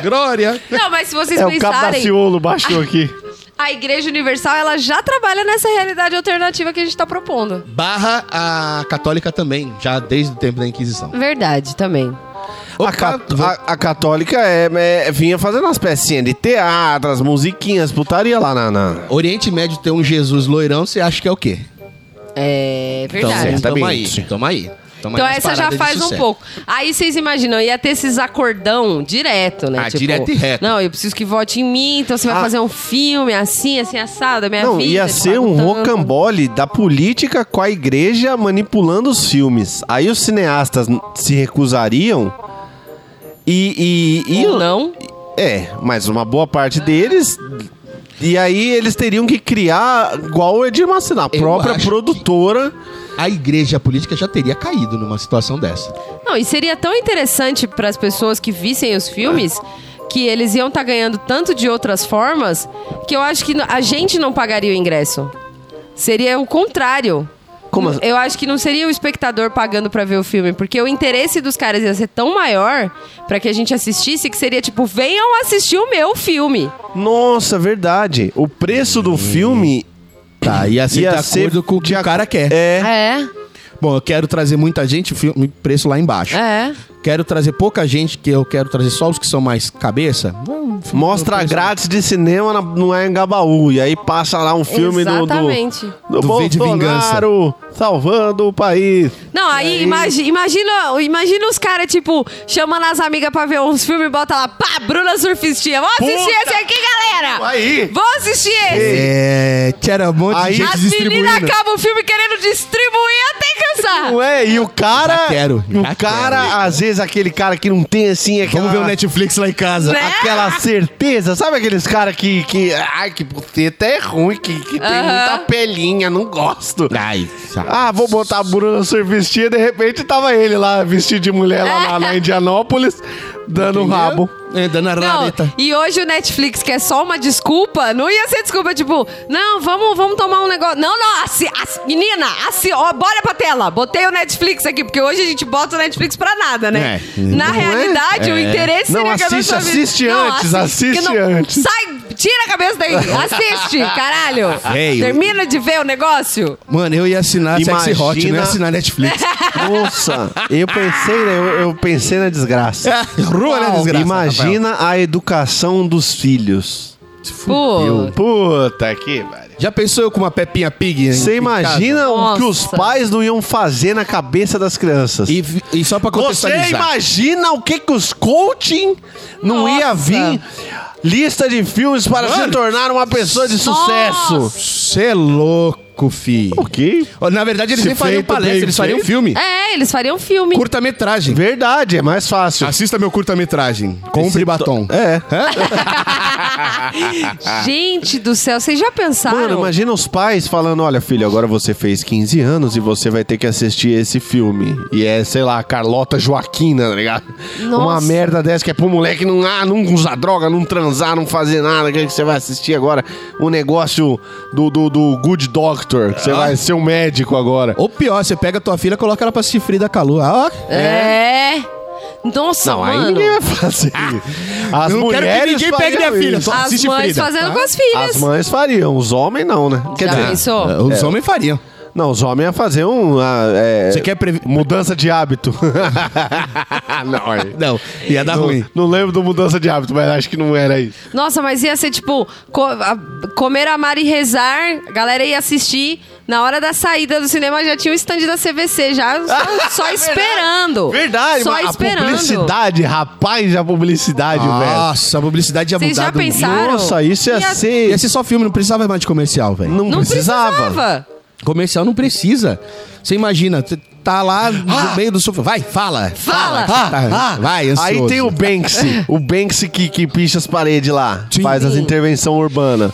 Glória.
Não, mas se vocês
é o
pensarem,
Capdaciolo baixou aqui.
a Igreja Universal, ela já trabalha nessa realidade alternativa que a gente tá propondo.
Barra a católica também, já desde o tempo da Inquisição.
Verdade, também.
A, ca- a- a católica é, é- vinha fazendo umas pecinhas de teatro, as musiquinhas, putaria lá na. na-
Oriente Médio ter um Jesus loirão, você acha que é o quê?
É verdade.
certo.
tamo aí,
Certamente.
tamo aí. Tamo
Então
aí nas
essa já
paradas Então, de
faz um
sucesso.
pouco. Aí vocês imaginam, ia ter esses acordão direto, né?
Ah, direto e reto.
Não, eu preciso que vote em mim, então você vai
Ah.
fazer um filme assim, assim, assado, a minha
Não,
vida.
ia
te
ser
pago
um
tanto.
rocambole da política com a igreja manipulando os filmes. Aí os cineastas n- se recusariam e. e, e-
Ou não.
É, mas uma boa parte deles. E aí eles teriam que criar, igual o Edir Macedo, a
Eu
própria
acho que-
produtora.
A igreja política já teria caído numa situação dessa.
Não, e seria tão interessante para as pessoas que vissem os filmes que eles iam estar ganhando tanto de outras formas que eu acho que n- a gente não pagaria o ingresso. Seria o contrário.
Como assim?
Eu acho que não seria o espectador pagando para ver o filme, porque o interesse dos caras ia ser tão maior para que a gente assistisse que seria tipo, venham assistir o meu filme.
Nossa, verdade. O preço do filme
Tá, ia ser
Ia
de
ser
acordo com o que
de
o
ac-
cara quer.
é.
É,
Bom, eu quero trazer muita gente, o filme, preço lá embaixo.
é.
Quero trazer pouca gente, que eu quero trazer só os que são mais cabeça.
Mostra grátis de cinema na, no Engabaú. E aí passa lá um filme do. do...
Exatamente.
Do,
Do V de
Bolsonaro salvando o país.
Não, aí, imagi- imagina, imagina os caras, tipo, chamando as amigas pra ver uns filmes e bota lá, pá, Bruna Surfistinha, vamos assistir esse aqui, galera!
Aí.
Vamos assistir esse!
É. Tira um monte
Aí-
de gente
As meninas
distribuindo.
acabam o filme querendo distribuir até cansar!
Ué, é? e o cara.
Já quero, já
o cara,
quero.
às vezes, aquele cara que não tem assim aquela.
Vamos ver o Netflix lá em casa.
Né?
Aquela certeza, sabe aqueles caras que, que. Ai, que puteta é ruim, que, que tem
Aham.
muita pelinha, não gosto.
Ai,
Ah, vou botar a Bruna survestia, de repente tava ele lá, vestido de mulher lá na, na Indianópolis, dando um rabo.
É, dando a
Não,
rareta.
e hoje o Netflix, que é só uma desculpa, não ia ser desculpa, tipo, não, vamos, vamos tomar um negócio. Não, não, assi, assi- menina, assi, ó, bora pra tela. Botei o Netflix aqui, porque hoje a gente bota o Netflix pra nada, né?
É.
Na
Não é?
realidade, o interesse
Não,
seria que a
assiste,
pessoa visse-
assiste antes, assiste
porque
antes.
Sai, tira a cabeça daí, assiste, caralho.
Véio.
Termina de ver o negócio.
Mano, eu ia assinar Sexy
Imagina-
Hot, não ia assinar Netflix.
Nossa, eu pensei, né, eu, eu pensei na desgraça.
Rua, né, desgraça?
Imagina a educação dos filhos.
Se fudeu.
Puta que pariu.
Já pensou eu com uma Pepinha Pig? em-
Você
em casa?
imagina o que os
Nossa.
pais não iam fazer na cabeça das crianças.
E, vi- e só pra
Você
contextualizar.
imagina o que, que os coaching não
Nossa.
ia vir? Lista de filmes para se
Mano.
tornar uma pessoa de sucesso.
Você é louco, fi.
Ok.
Ó, Na verdade, eles
Se
nem fariam
feito,
palestra,
bem
eles fariam
feito.
filme.
É, eles fariam filme.
Curta-metragem.
Verdade, é mais fácil.
Assista meu
Assim,
curta-metragem. Compre batom.
É.
Gente do céu, vocês já pensaram?
Mano, imagina os pais falando: olha, filho, agora você fez 15 anos e você vai ter que assistir esse filme. E é, sei lá, Carlota Joaquina, tá ligado?
Nossa.
Uma merda dessa que é pro moleque não, ah, não usar droga, não transar, não fazer nada. O que, é que você vai assistir agora? O negócio do, do, do Good Doctor, que
Ah.
você vai ser um médico agora.
Ou pior, você pega tua filha e coloca ela pra assistir Frida Kahlo. Ah, ó.
É. Nossa,
Não, aí
mano.
ninguém vai fazer. As
Ah. Não quero que ninguém pegue
fariam
minha filha,
isso.
só-
As
assiste
mães
Frida,
fazendo
tá?
com as filhas.
Ah, As mães fariam, os homens não, né? Quer
Já
dizer,
pensou?
É, Os homens fariam.
Não, os homens iam fazer um. ah, é,
Você quer prever...
Mudança de hábito. não, é-
Não, ia dar
não,
ruim.
não lembro do mudança de hábito, mas acho que não era isso.
Nossa, mas ia ser tipo co- a- comer, amar e rezar. A galera ia assistir. Na hora da saída do cinema já tinha o stand da CVC, já só, só esperando.
É Verdade,
só
mas
esperando.
a publicidade, rapaz, a
É
publicidade,
Ah.
velho.
Nossa, a publicidade ia
Vocês
mudar.
já
do-
pensaram?
Nossa, isso ia,
Ia-
ser.
Ia ser só filme, não precisava mais de comercial, velho.
Não,
Não
precisava.
precisava.
Comercial não precisa. Você imagina, você tá lá no meio do sofá. Vai, fala.
Fala.
Tá, vai, ansioso.
Ah, Aí tem o Banksy, o Banksy que, que picha as paredes lá, faz as intervenção urbana.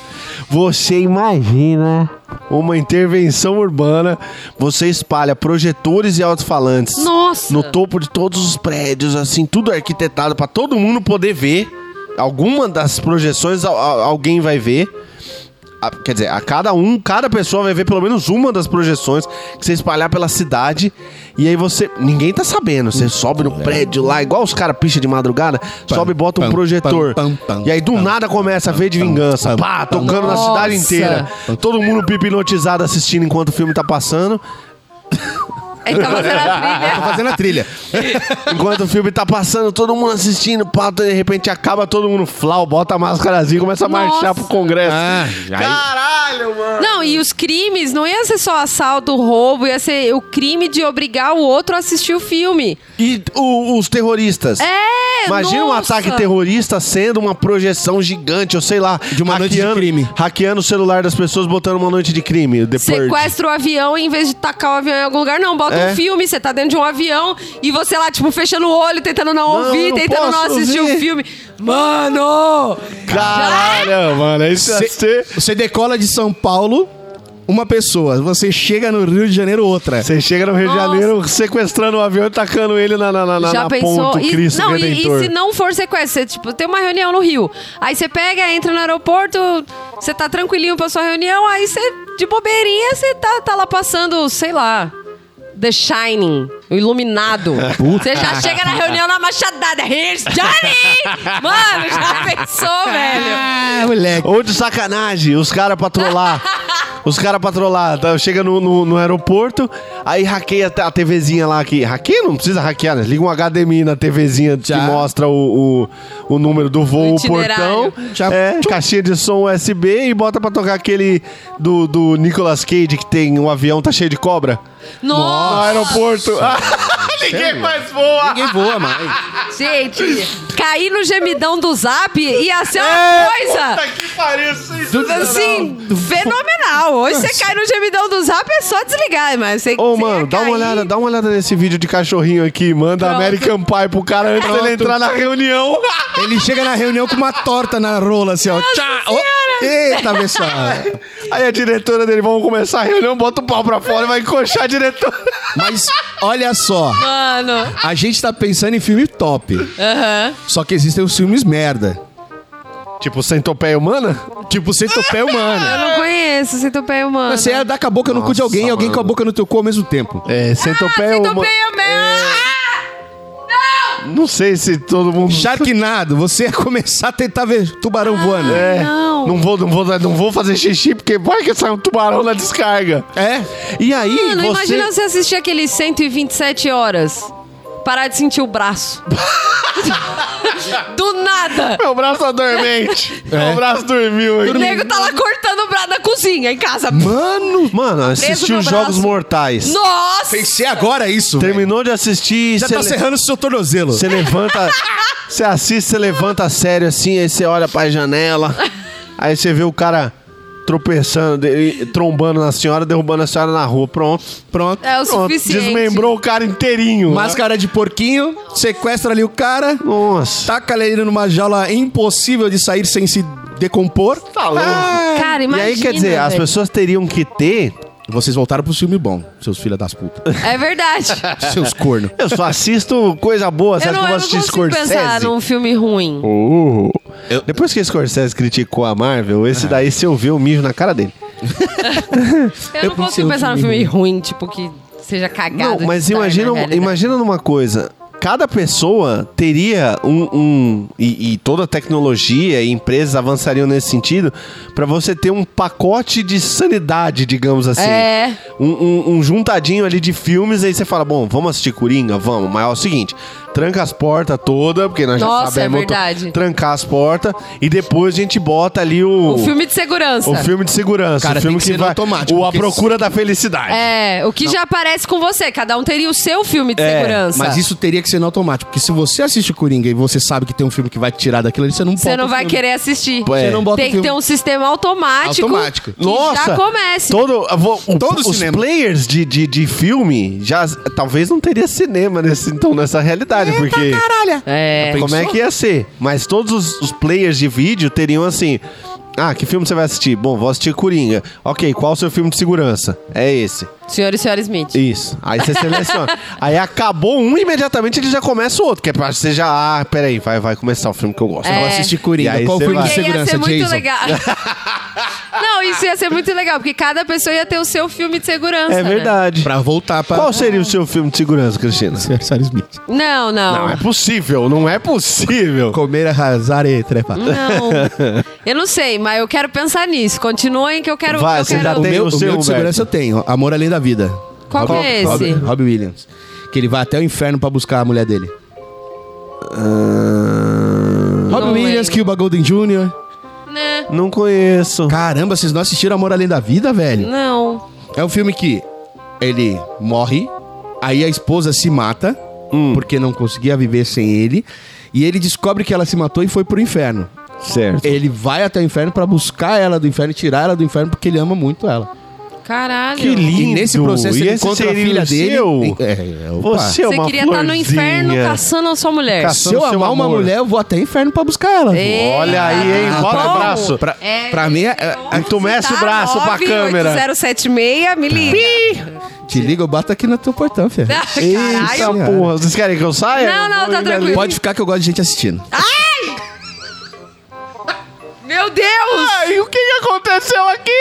Você imagina uma intervenção urbana, você espalha projetores e alto-falantes
Nossa.
no topo de todos os prédios, assim, tudo arquitetado pra todo mundo poder ver. Alguma das projeções al- al- alguém vai ver. A- quer dizer, a cada um, cada pessoa vai ver pelo menos uma das projeções que você espalhar pela cidade. E aí você. Ninguém tá sabendo. Você sobe no prédio lá, igual os caras picha de madrugada, sobe e bota um
É. pam,
projetor.
pam, pam,
e aí do
pam,
nada começa a ver de
pam,
vingança.
pam,
Pá,
pam.
tocando na
Nossa.
cidade inteira. Todo mundo hipnotizado assistindo enquanto o filme tá passando.
Ele tá fazendo a
Tô
trilha.
fazendo a trilha.
Enquanto o filme tá passando, todo mundo assistindo, pá, de repente acaba todo mundo flau, bota a máscarazinha e começa a
Nossa.
marchar pro Congresso.
Ah, aí-
Caralho, mano!
Não, e os crimes não ia ser só assalto, roubo, ia ser o crime de obrigar o outro a assistir o filme.
E o- os terroristas.
É,
Imagina um
nossa.
ataque terrorista sendo uma projeção gigante, ou sei lá.
De uma noite de crime.
Hackeando o celular das pessoas, botando uma noite de crime. The Purge.
Sequestra o avião em vez de tacar o avião em algum lugar, não. Bota
É.
um filme, você tá dentro de um avião e você lá, tipo, fechando o olho, tentando não,
Não,
ouvir,
não
tentando não
posso
assistir
ouvir.
o filme. Mano!
Caralho, mano. Isso ia
Você
ser...
você decola de São Paulo, uma pessoa. Você chega no Rio de Janeiro, outra.
Você chega no Rio de
Nossa.
Janeiro sequestrando o avião e tacando ele na, na, na, na,
Já
na
pensou?
ponto
E-
Cristo
não, e,
Redentor.
e se não for sequestro? Você, tipo, tem uma reunião no Rio. Aí você pega, entra no aeroporto, você tá tranquilinho pra sua reunião, aí você, de bobeirinha, você tá, tá lá passando, sei lá. The Shining, o iluminado. Você já chega na reunião na machadada. Here's Johnny! Mano, já pensou, velho?
Ah, moleque.
Ou de sacanagem, os caras pra trollar. Os caras pra trollar. Tá, chega no, no- no aeroporto, aí hackeia a t- a TVzinha lá aqui. Hackeia não precisa hackear, né? Liga um HDMI na TVzinha que
Já.
mostra o, o, o número do voo,
O
o portão.
itinerário.
Já.
É, caixinha de som USB e bota pra tocar aquele do, do Nicolas Cage que tem um avião tá cheio de cobra. No
Nossa!
aeroporto. Ninguém mais voa.
Ninguém voa mais.
Gente, cair no gemidão do zap ia ser uma
É!
coisa!
Puta que pariu, isso é
Assim, fenomenal. Hoje você cai no gemidão do zap, é só desligar, mas você.
Ô,
você ia
mano, dá uma
cair.
olhada, dá uma olhada nesse vídeo de cachorrinho aqui. Manda
Pronto.
American Pie pro cara antes dele
Pronto.
entrar na reunião.
Ele chega na reunião com uma torta na rola, assim, ó. Tchau. Oh. Eita, pessoal.
Aí a diretora dele, vamos começar a reunião, bota o pau pra fora e vai encoxar a diretora.
Mas olha só.
Mano,
A gente tá pensando em filme top. Só que existem os filmes merda.
Tipo, centopeia humana?
Tipo, centopé humana.
eu não conheço centopeia humana.
Você ia dar com a boca no cu de alguém e alguém com a boca no teu cu ao mesmo tempo.
É,
ah,
centopeia humana.
centopeia
É.
humana.
Não sei se todo mundo.
Sharknado, você ia começar a tentar ver tubarão voando.
É.
Não.
Não vou, não vou, não vou fazer xixi, porque vai que sai um tubarão na descarga.
É?
E aí,
Mano,
você...
imagina você assistir aqueles 127 horas. Parar de sentir o braço. Do nada.
Meu braço adormente.
É.
Meu braço dormiu
O
aqui.
nego tá lá cortando o braço na cozinha, em casa.
Mano,
Mano,
Preso
assisti
no
os
braço.
Jogos Mortais.
Nossa!
tem que ser agora isso. velho.
Terminou de assistir.
Já
cê
tá
le-
serrando seu tornozelo.
Você levanta, você assiste, você levanta sério assim, aí você olha pra janela, aí você vê o cara tropeçando, de- trombando na senhora, derrubando a senhora na rua. Pronto.
Pronto.
É o
Pronto.
suficiente.
Desmembrou o cara inteirinho.
Máscara de porquinho, sequestra ali o cara,
Nossa.
taca ele numa jaula impossível de sair sem se decompor.
Tá louco.
Cara,
e
imagina.
aí, quer dizer, as
velho.
pessoas teriam que ter.
Vocês voltaram pro filme bom, seus filha das putas.
É verdade.
seus corno.
Eu só assisto coisa boa, você
eu
acha
não,
que eu
eu
vou
não
assistir
consigo
Scorsese?
pensar num filme ruim.
Uh. Depois que Scorsese criticou a Marvel, esse daí você ouviu o mijo na cara dele.
Eu,
Eu
não
pensei
consigo
num
pensar num
filme
filme ruim, tipo, que seja cagado.
Não, mas
de né, estar
imagina, um-
na realidade.
imagina numa coisa. Cada pessoa teria um. um- e, e toda a tecnologia e empresas avançariam nesse sentido pra você ter um pacote de sanidade, digamos assim.
É.
Um, um- um juntadinho ali de filmes, aí você fala: bom, vamos assistir Coringa? Vamos. Mas é o seguinte: tranca as portas todas, porque nós já
Nossa,
sabemos.
é verdade.
Trancar as portas e depois a gente bota ali o.
O Um filme de segurança.
o um- filme de segurança.
Cara,
o filme
tem que ser no
vai.
automático,
o A
porque-
Procura da Felicidade.
É, o que já aparece com você. Cada um teria o seu filme de segurança.
Mas isso é teria que ser no automático, porque se você assiste o Coringa e você sabe que tem um filme que vai te tirar daquilo ali, você não
Você
bota
não
o
vai
filme.
querer assistir.
Você não bota o
Tem que
filme.
ter um sistema automático.
Automático.
Que já comece.
Todo, a vo- o-
Todo
os
cinema.
players de, de, de filme já talvez não teria cinema nesse então nessa realidade, porque
É.
como é
Pensou?
que ia ser? Mas todos os, os players de vídeo teriam assim: "Ah, que filme você vai assistir? Bom, vou assistir Coringa. OK, qual o seu filme de segurança? É esse.
Senhor e senhora Smith.
Isso. Aí você seleciona. Aí acabou um, imediatamente ele já começa o outro, que é pra você já, ah, peraí, vai vai começar o filme que eu gosto.
Eu
É.
E
assisti Então Coringa.
aí
Qual
você
foi de
vai.
Porque ia
segurança,
ser muito
Jason?
legal. Não, isso ia ser muito legal, porque cada pessoa ia ter o seu filme de segurança.
É
né?
verdade.
Pra voltar pra...
Qual seria o seu filme de segurança, Cristina?
Sarah Smith.
Não, não.
Não é possível, não é possível.
Comer, arrasar e trepar.
Hum, Não. Eu não sei, mas eu quero pensar nisso. Continuem que eu quero.
Vai,
eu
você
quero...
já
O
tem
meu,
o
o
seu,
meu
Humberto.
de segurança eu tenho. Amor Além da Vida.
Qual que é esse?
Robbie, Robbie Williams. Que ele vai até o inferno pra buscar a mulher dele. Robbie
Não
Williams,
lembro.
Cuba Golden Jr.
Né?
Não conheço.
Caramba, vocês não assistiram Amor Além da Vida, velho?
Não.
É um filme que ele morre, aí a esposa se mata,
Hum.
porque não conseguia viver sem ele, e ele descobre que ela se matou e foi pro inferno.
Certo.
Ele vai até o inferno pra buscar ela do inferno e tirar ela do inferno porque ele ama muito
Tá
ela.
Caralho.
Que lindo.
E nesse processo
E
ele
esse
encontra a
seria
filha
o
dele.
seu?
É, é, opa.
Você é
Você
uma
queria estar no inferno
florzinha.
caçando a sua mulher.
Caçando
Se eu
seu
amar uma
amor.
mulher, eu vou até o inferno pra buscar ela.
Eita,
Olha aí, hein?
tá
Bota o
bom.
braço.
Pra,
É,
pra mim, é, é,
Entumece o braço pra câmera.
076, me liga. Ah,
te liga, eu bato aqui no teu portão, filho.
Tá. Caralho.
Eita porra, vocês querem que eu saia?
Não, não,
Vou
tá
ali.
tranquilo.
Pode ficar que eu gosto de gente assistindo.
Meu Deus!
Ai, o que que aconteceu aqui?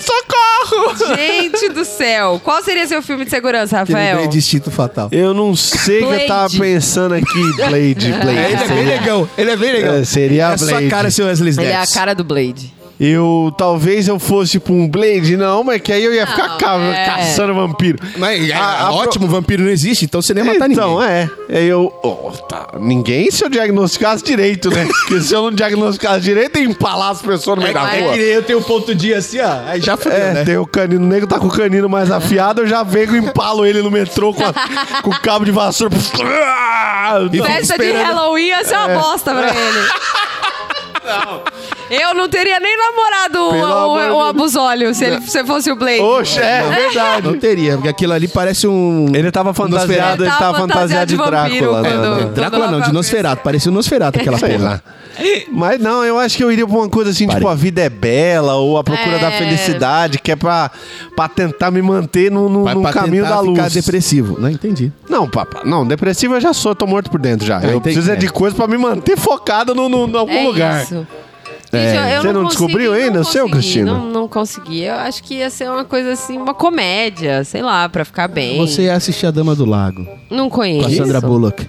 Socorro!
Gente do céu. Qual seria seu filme de segurança,
que
Rafael?
lembrei de instinto fatal.
Eu não sei o que eu
Blade.
tava pensando aqui. Blade, Blade.
Ele é bem
seria-
legal. Ele é bem legal.
É, seria a
é sua
Blade.
cara, seu Wesley
Ele
Snipes.
é a cara do Blade.
Eu talvez eu fosse tipo um Blade, não, mas que aí eu ia ficar ca-
é.
caçando vampiro.
Mas, é,
A- a-
ótimo, vampiro não existe, então você nem ia matar
Então,
ninguém.
é. Aí eu. ó, tá. Ninguém se eu diagnosticasse direito, né? Porque se eu não diagnosticasse direito, eu ia empalar as pessoas no meio da
é
rua.
que eu tenho um ponto de assim, ó. Aí já fudeu,
É, tem o canino, o nego tá com o canino mais afiado, eu já venho e empalo ele no metrô com, a- com o cabo de vassoura.
E fica
Festa de
esperando-
Halloween ia ser
É.
uma bosta pra ele. Eu não teria nem namorado o,
Pelo amor de
o, o
Deus.
Abusólio se, ele, se fosse o Blade.
Oxe, é verdade.
Não teria, porque aquilo ali parece um...
Ele tava fantasiado, ele
Ele
tava
tava
fantasiado de
fantasiado de vampiro
Drácula. né?
quando-
Drácula
Todo
não, de
Rafael
Nosferatu. Parecia um Nosferatu aquela
Sei
porra.
lá. Mas não, eu acho que eu iria pra uma coisa assim,
Pare.
tipo, a vida é bela, ou a procura
É.
da felicidade, que é pra, pra tentar me manter no, no,
Vai
no
pra
caminho
tentar
da luz.
ficar depressivo. Não entendi.
Não, papá, não, depressivo eu já sou, eu tô morto por dentro já.
Ah,
eu
entendi.
preciso é de
É.
coisa pra me manter focado no, no, em algum
É
lugar.
isso. Gente,
É. Você não descobriu
consegui,
ainda o seu,
consegui,
Cristina?
Não, não consegui. Eu acho que ia ser uma coisa assim, uma comédia, sei lá, pra ficar bem.
Você ia assistir A Dama do Lago,
Não
com a
conheço.
Sandra Bullock.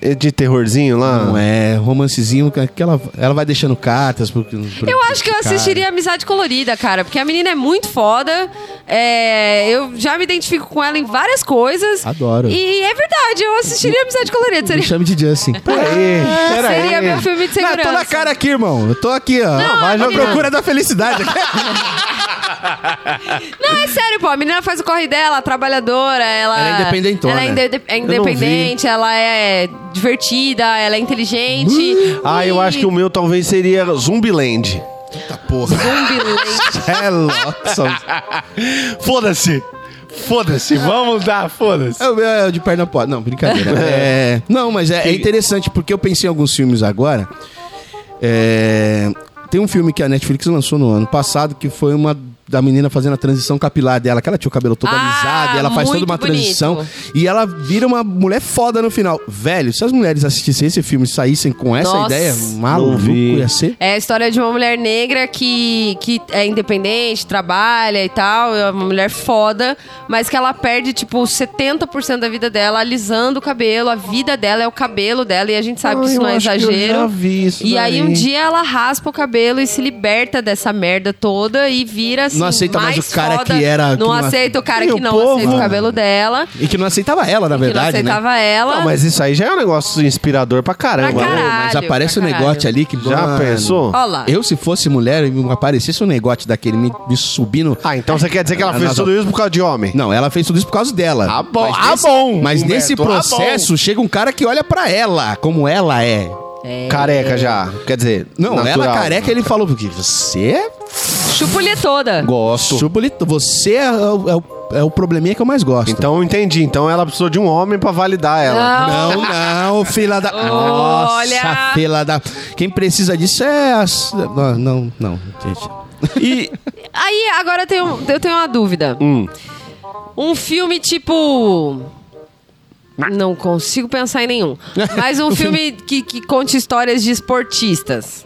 É De terrorzinho lá?
Não é romancezinho que aquela, ela vai deixando cartas. Pro, pro-
Eu acho que eu
pro cara.
assistiria Amizade Colorida, cara, porque a menina é muito foda. é, eu já me identifico com ela em várias coisas.
Adoro.
E é verdade, eu assistiria Amizade Colorida.
Me
Seria,
chame de Justin.
Peraí, peraí.
seria meu filme de
Não,
segurança.
tô na cara aqui, irmão. Eu tô aqui, ó. vai na
menina-
procura da felicidade.
Não, é sério, pô. A menina faz o corre dela, trabalhadora, ela.
Ela é independentona.
Ela é, inde- é
não vi.
independente, ela é divertida, ela é inteligente.
Ah, eu acho que o meu talvez seria Zumbiland.
Eita porra.
um
É louco.
Foda-se. Foda-se. Vamos dar, foda-se.
Ah.
É o meu é o de perna posta. Não, brincadeira. É, não, mas é, é interessante porque eu pensei em alguns filmes agora. É, tem um filme que a Netflix lançou no ano passado que foi uma da menina fazendo a transição capilar dela, que ela tinha o cabelo todo
Ah,
alisado, e ela faz toda
muito
uma
bonito.
transição e ela vira uma mulher foda no final. Velho, se as mulheres assistissem esse filme e saíssem com essa
Nossa.
ideia, maluco
vi.
ia ser.
É a história de uma mulher negra que, que é independente, trabalha e tal. É uma mulher foda, mas que ela perde, tipo, 70% da vida dela alisando o cabelo. A vida dela é o cabelo dela e a gente sabe que isso não é exagero.
Eu já vi isso
E aí
daí.
um dia ela raspa o cabelo e se liberta dessa merda toda e vira assim,
Não aceita mais o cara
foda.
que era-
Não
que não-
aceita o cara
E o
que não
povo?
aceita o cabelo dela.
E que não aceitava ela, na verdade,
que não
né?
aceitava ela.
Não, mas isso aí já é um negócio inspirador pra caramba.
Pra
né?
caralho.
Mas aparece um
pra caralho.
negócio ali que.
Já pensou?
Ó lá.
Eu, se fosse mulher e me aparecesse um negócio daquele me, me subindo.
Ah, então você quer dizer que ela
Ah,
fez
nas-
tudo isso por causa de homem?
Não, ela fez tudo isso por causa dela.
Ah, bom,
Mas
ah,
nesse-
bom,
Mas
Humberto,
nesse
ah, bom.
processo chega um cara que olha pra ela, como ela é.
Careca já. Quer dizer,
Não,
natural. né?
ela careca, ele falou, porque você é
Chupulha toda.
Gosto.
bonito, você é, o- é o- é o probleminha que eu mais gosto.
Então eu entendi. Então ela precisou de um homem pra validar ela.
Não, não, fila da.
Olha!
Nossa, fila da. Quem precisa disso é. As... Não, não, não, gente.
E
Aí, agora eu tenho, eu tenho uma dúvida. Um filme tipo. Não consigo pensar em nenhum. Mas um filme que, que conte histórias de esportistas.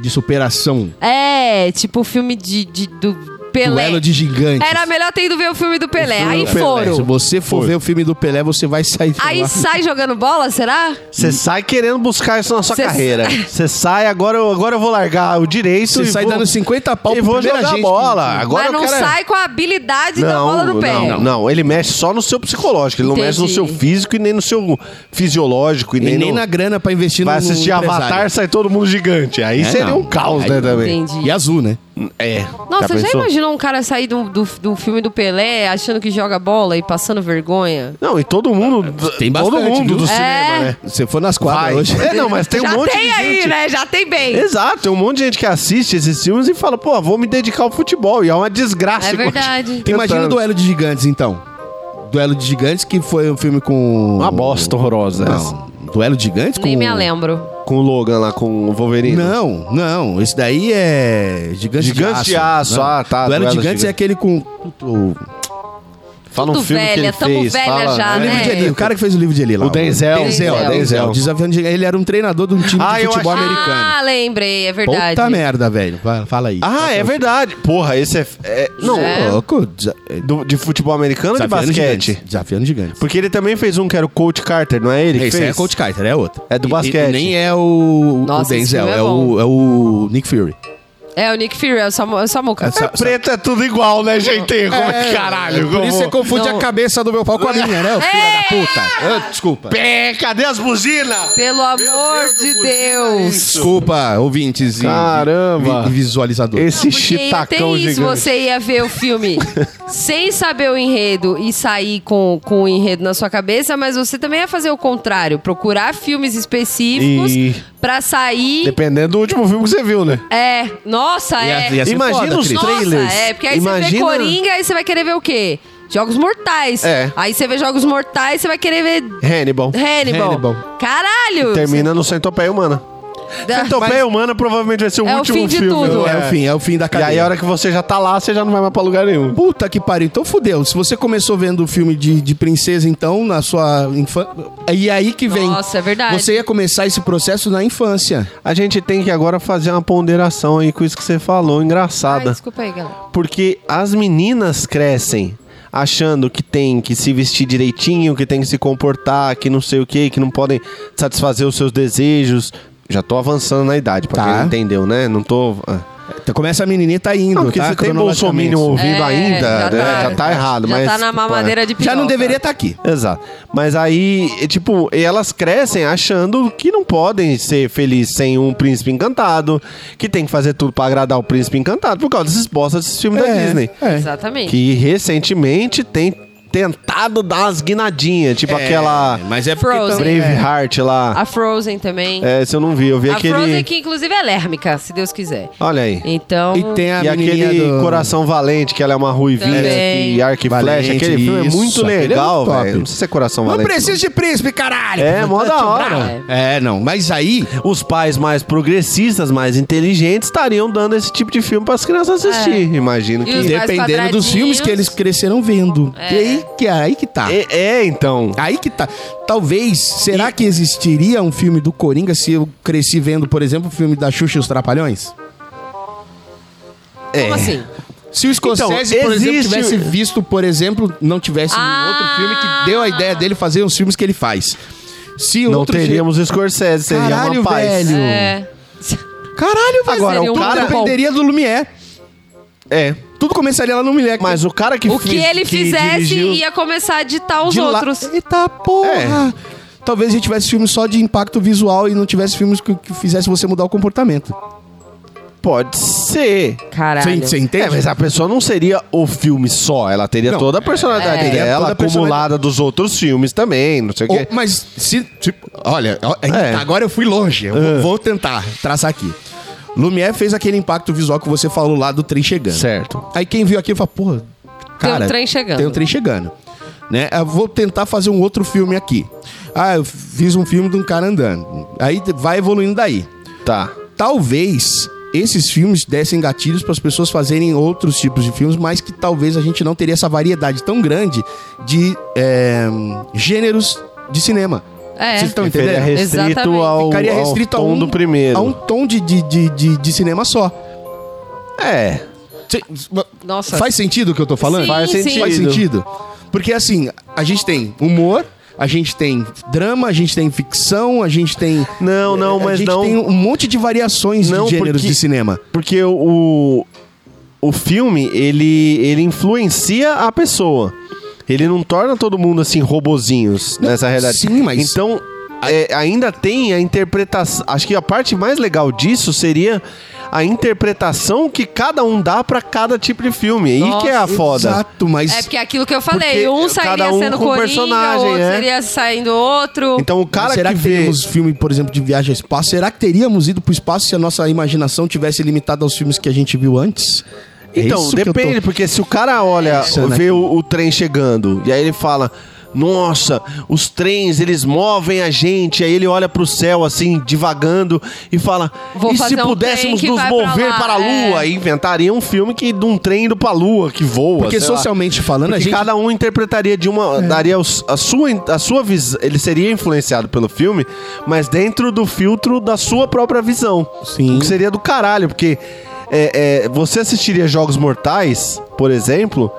De superação.
É, tipo filme de, de- do Pelé.
Duelo de gigantes.
Era melhor ter ido ver o filme do Pelé. Aí
Pelé. Se
foram.
você for
Foi.
ver o filme do Pelé, você vai sair de
Aí
lá.
sai jogando bola, será?
Hum.
você sai querendo buscar isso na sua
Cê-
carreira. Você sai, agora eu, agora eu vou largar o direito.
Você
e
sai
vou-
dando 50 pau
E
pro
vou
primeira
jogar
gente.
bola. Agora eu
Mas não
quero é-
sai com a habilidade da bola do pé.
Não, não, ele mexe só no seu psicológico, ele não
Entendi.
mexe no seu físico e nem no seu fisiológico e,
E
nem,
nem
no...
na grana pra investir
Vai
no
assistir
empresário. É,
Avatar, sai todo mundo gigante. Aí seria
não.
um caos,
Aí
né,
não.
também.
Entendi.
E azul, né?
É.
Nossa, já,
pensou?
imaginou um cara sair do, do, do filme do Pelé achando que joga bola e passando vergonha?
Não, e todo mundo.
Tem
todo
bastante,
mundo
viu?
do
É.
cinema, né?
Você for nas
Vai.
quadras hoje.
É, não, mas tem um
já
monte
tem
de
aí,
gente.
né? Já tem bem.
Exato, tem um monte de gente que assiste esses filmes e fala, pô, vou me dedicar ao futebol. E é uma desgraça.
É
igual-
verdade.
Imagina o
Tentando.
Duelo de Gigantes, então. Duelo de Gigantes, que foi um filme com...
Uma bosta horrorosa. essa.
Não. Duelo de Gigantes com...
Nem me lembro.
Com o Logan lá, com o Wolverine.
Não, não. Esse daí é... Gigante,
Gigante
de
de
Aço.
Aço,
Não.
ah, tá,
Duelo,
Duelo
de
de
Gigantes é aquele com... O,
Fala um
Tudo
filme que
velha,
ele
tamo
fez.
velha
fala,
já,
o
né?
livro de Eli, o cara que fez o livro de Eli lá.
O Denzel.
Denzel.
Denzel.
Denzel. Desafiando Gigantes. Ele era um treinador de um time
Ah,
de
eu
futebol
achei-
americano.
Ah, lembrei, é verdade.
Puta merda, velho. Vai, Fala aí.
Ah, é verdade. Porra, esse é. é- não,
É.
Louco. desa- é,
do- de futebol americano ou de
Desafiando
basquete?
gigantes. Desafiando gigantes.
Porque ele também fez um que era o Coach Carter, não é ele? que
Esse
fez?
é Coach Carter, é outro.
É do
E-
basquete.
e nem é o, o
Nossa, esse
Denzel,
filme
é,
é
o,
bom.
é o Nick Fury.
É, o Nick Fury, é o Samu- é o Samuca.
Essa-
Preto é tudo igual, né, gente? Como é, caralho?
Por isso você
como...
confunde
Não.
a cabeça do meu pau com a minha, né, ô
É.
filho da puta? Ah, desculpa.
Pé, cadê as buzinas?
Pelo amor de Deus.
Desculpa, ouvintes e-
Caramba.
e, e visualizadores.
Esse
Porque ia ter
chitacão
isso,
gigante.
você ia ver o filme sem saber o enredo e sair com, com o enredo na sua cabeça, mas você também ia fazer o contrário, procurar filmes específicos
E-
pra sair...
Dependendo do último filme que você viu, né?
É, nossa, é...
Ia- ia ser
Imagina
foda,
os
Cris.
Nossa,
trailers.
é, porque aí você vê
Imagina-
Coringa, aí você vai querer ver o quê? Jogos Mortais.
É.
Aí você vê Jogos Mortais, você vai querer ver
Hannibal.
Hannibal.
Hannibal.
Caralho!
Termina no Centopeia Humana.
Da-
Centopeia Humana provavelmente vai ser o
É o
último
fim de
filme. né?
tudo.
É o fim, é o fim da
E
cadeia.
aí a hora que você já tá lá, você já não vai mais pra lugar nenhum.
Puta que pariu, então fudeu. Se você começou vendo o filme de, de princesa, então, na sua infância. E aí que vem.
Nossa, é verdade.
Você ia começar esse processo na infância.
A gente tem que agora fazer uma ponderação aí com isso que você falou,
Ai,
engraçada.
desculpa aí, galera.
Porque as meninas crescem. achando que tem que se vestir direitinho, que tem que se comportar, que não sei o que, que não podem satisfazer os seus desejos. Já tô avançando na idade, pra
Tá.
quem não entendeu, né? Não tô. ah.
Então começa a menininha tá indo,
Não, porque
tá?
você tem
Cronologicamente.
Bolsonaro ouvindo
É,
ainda, né? já
já
tá,
tá.
errado.
Já
mas,
tá na
pô,
mamadeira de piroca.
Já não deveria estar aqui.
tá Exato. Mas aí, é tipo, elas crescem achando que não podem ser felizes sem um príncipe encantado, que tem que fazer tudo pra agradar o príncipe encantado, por causa desses bostas desses filmes da Disney.
É.
Exatamente.
Que recentemente tem tentado dar umas guinadinhas, tipo aquela
Mas é porque
Frozen.
também-
Braveheart lá.
A Frozen também.
É, se eu não vi, eu vi
a
aquele.
Frozen que inclusive é lérmica, se Deus quiser.
Olha aí.
Então...
Ah, E tem a
E
menininha
aquele
do-
Coração Valente, que ela é uma ruivinha
Também.
que arco e flecha.
Valente,
Aquele filme é
isso.
muito
Aquele é
legal,
muito top.
velho. Não sei se é Coração
Não
Valente.
precisa de príncipe, caralho!
É, mó da hora.
É, não. Mas aí,
Os pais mais progressistas, mais inteligentes, estariam dando esse tipo de filme para as crianças assistir. Imagino
É. E os
que.
mais
dependendo dos
quadradinhos. É.
filmes que eles cresceram vendo. E aí que, aí que tá.
É, é, então.
Aí que tá. Talvez, será que existiria um filme do Coringa se eu cresci vendo, por exemplo, o filme da Xuxa e os Trapalhões? é.
Como assim?
Se o Scorsese,
Então,
por exemplo,
existe-
tivesse visto, por exemplo, não tivesse um
Ah!
outro filme que deu a ideia dele fazer os filmes que ele faz. Se
Não
outro
teríamos Scorsese, seria
Caralho,
uma paz.
velho.
É.
Hum. Caralho, velho.
Agora,
Seria
o
um
cara.
bom-
dependeria do Lumière.
É.
Tudo começaria lá no Lumière.
Mas o cara que
O que
fiz-
ele fizesse
dirigiu-
ia começar a ditar os
de lá-
outros.
Eita
É.
porra! Talvez a gente tivesse filmes só de impacto visual e não tivesse filmes que, que fizesse você mudar o comportamento.
Pode ser.
Caralho.
entende?
É, mas a pessoa não seria o filme só. Ela teria
Não,
toda a personalidade
teria
dela
toda a
acumulada dos outros filmes também, não sei o
Ou-
quê.
mas se. Tipo, olha, ó, aí-
É.
agora eu fui longe. Eu vou- vou tentar traçar aqui. Lumière fez aquele impacto visual que você falou lá do trem chegando.
Certo.
Aí quem viu aquilo fala, porra, cara,
trem chegando.
Tem um trem chegando. Né? Eu vou tentar fazer um outro filme aqui. Ah, eu fiz um filme de um cara andando. Aí vai evoluindo daí.
Tá.
Talvez esses filmes dessem gatilhos para as pessoas fazerem outros tipos de filmes, mas que talvez a gente não teria essa variedade tão grande de é, gêneros de cinema.
É.
Vocês estão
Ficaria
entendendo?
restrito
Exatamente.
ao,
Ficaria
ao
restrito a
tom
um,
do primeiro.
a um tom de, de, de, de, de cinema só.
É.
Cê-
Nossa.
Faz sentido o que eu tô falando?
Sim,
Faz
sim.
sentido.
Faz sentido. Porque assim, a gente tem humor, a gente tem drama, a gente tem ficção, a gente tem.
Não, não,
a
mas
gente
não-
tem um monte de variações
Não,
de gêneros
porque-
de cinema.
Porque o, o filme, ele, ele influencia a pessoa. Ele não torna todo mundo assim robozinhos nessa realidade.
sim, mas-
Então, é, ainda tem a interpretação. Acho que a parte mais legal disso seria a interpretação que cada um dá pra cada tipo de filme. Aí que é a
Nossa,
foda.
Exato, mas.
É porque aquilo que eu falei,
Porque
um
cada
sairia
um
sendo
com um
Coringa,
personagem,
outro
é.
seria saindo outro.
Então o
Mas
cara
será
que,
que,
vê
teríamos filme, por exemplo, de viagem ao espaço? Será que teríamos ido pro espaço se a nossa imaginação tivesse limitada aos filmes que a gente viu antes? É
Então,
isso que eu tô-
depende, porque se o cara olha,
Pensando
vê
aqui.
o, o trem chegando, e aí ele fala. Nossa, os trens, eles movem a gente. Aí ele olha pro céu, assim, divagando, e fala:
Vou
E se
fazer um
pudéssemos
trem que
nos
vai pra
mover
lá?"
para a
É.
lua? Aí inventaria um filme que de um trem indo pra lua, que voa.
Porque
sei lá.
socialmente falando,
Porque
a gente. É.
cada um interpretaria de uma. Daria os- a sua, in- a sua visão. Ele seria influenciado pelo filme, mas dentro do filtro da sua própria visão.
Sim.
O que seria do caralho, porque é, é, você assistiria Jogos Mortais, por exemplo.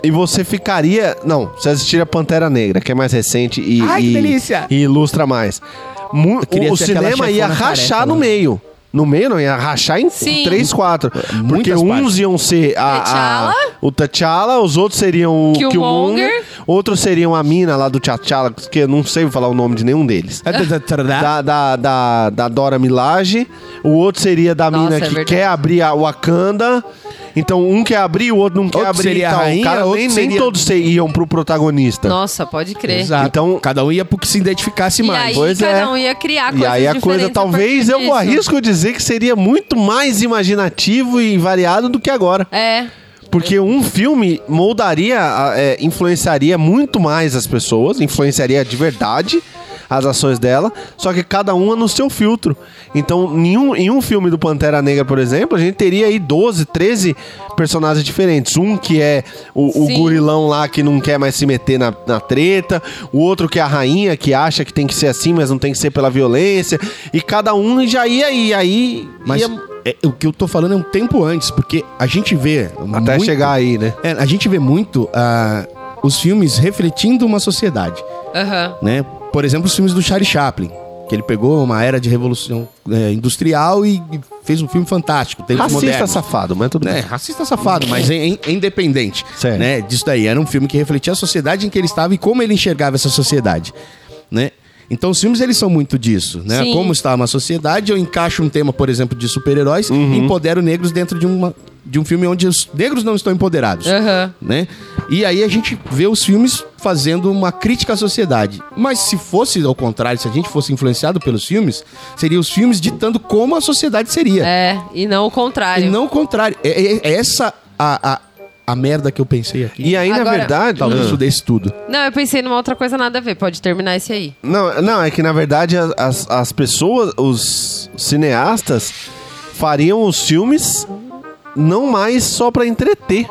E você ficaria. Não, você assistiria Pantera Negra, que é mais recente e,
Ai, que
e-
delícia!
e ilustra mais. Mu-
queria
o o
ser aquela
cinema ia
chefona né?
rachar
careca
no
lá.
meio. No meio não, ia rachar em
Sim.
três, quatro. Porque
Muitas
uns
partes.
iam ser a- a,
T'Challa?
o T'Challa, os outros seriam o Killmonger,
Killmonger.
outros seriam a mina lá do T'Challa, que eu não sei falar o nome de nenhum deles.
É
Da, da, da, da Dora Milaje, o outro seria da
Nossa,
mina
é
que
verdade.
quer abrir a Wakanda. Então, um quer abrir, o outro não quer
Outro
abrir.
seria
e
a
tal.
rainha,
Cara,
outro
nem, nem
seria-
todos se- iam pro protagonista.
Nossa, pode crer.
Exato.
Então-
cada um ia pro que se identificasse
E
mais.
aí
pois
cada
é.
um ia criar
E
coisas
aí a coisa,
diferentes a
talvez,
partir
eu vou
disso.
arrisco dizer que seria muito mais imaginativo e variado do que agora.
É.
Porque um filme moldaria, a- é, influenciaria muito mais as pessoas, influenciaria de verdade as ações dela, só que cada uma no seu filtro. Então, nenhum, em um filme do Pantera Negra, por exemplo, a gente teria aí 12, 13 personagens diferentes. Um que é o, o
Sim.
gurilão lá que não quer mais se meter na, na treta, o outro que é a rainha que acha que tem que ser assim, mas não tem que ser pela violência, e cada um já ia aí, aí
Mas
ia
é, o que eu tô falando é um tempo antes, porque a gente vê.
até
muito-
chegar aí, né?
É, a gente vê muito ah, os filmes refletindo uma sociedade.
Aham.
né? Por exemplo, os filmes do Charlie Chaplin, que ele pegou uma era de revolução é, industrial e e fez um filme fantástico, tempos
Racista
modernos.
safado, mas tudo
Né?
bem.
Racista safado, mas é in- é independente
Certo.
né? disso daí. Era um filme que refletia a sociedade em que ele estava e como ele enxergava essa sociedade. Né? Então os filmes eles são muito disso, né?
Sim.
Como está uma sociedade, eu encaixo um tema, por exemplo, de super-heróis e empodero negros dentro de, uma, de um filme onde os negros não estão empoderados
Aham.
né? E aí a gente vê os filmes fazendo uma crítica à sociedade. Mas se fosse ao contrário, se a gente fosse influenciado pelos filmes, seria os filmes ditando como a sociedade seria.
É, e não o contrário.
E não o contrário. É, é- é essa a, a, a merda que eu pensei aqui.
E aí, na
Agora-
verdade.
Talvez eu
Ah.
estudei isso tudo.
Não, eu pensei numa outra coisa nada a ver. Pode terminar esse aí.
Não, não, é que na verdade as- as, as pessoas, os cineastas, fariam os filmes não mais só pra entreter.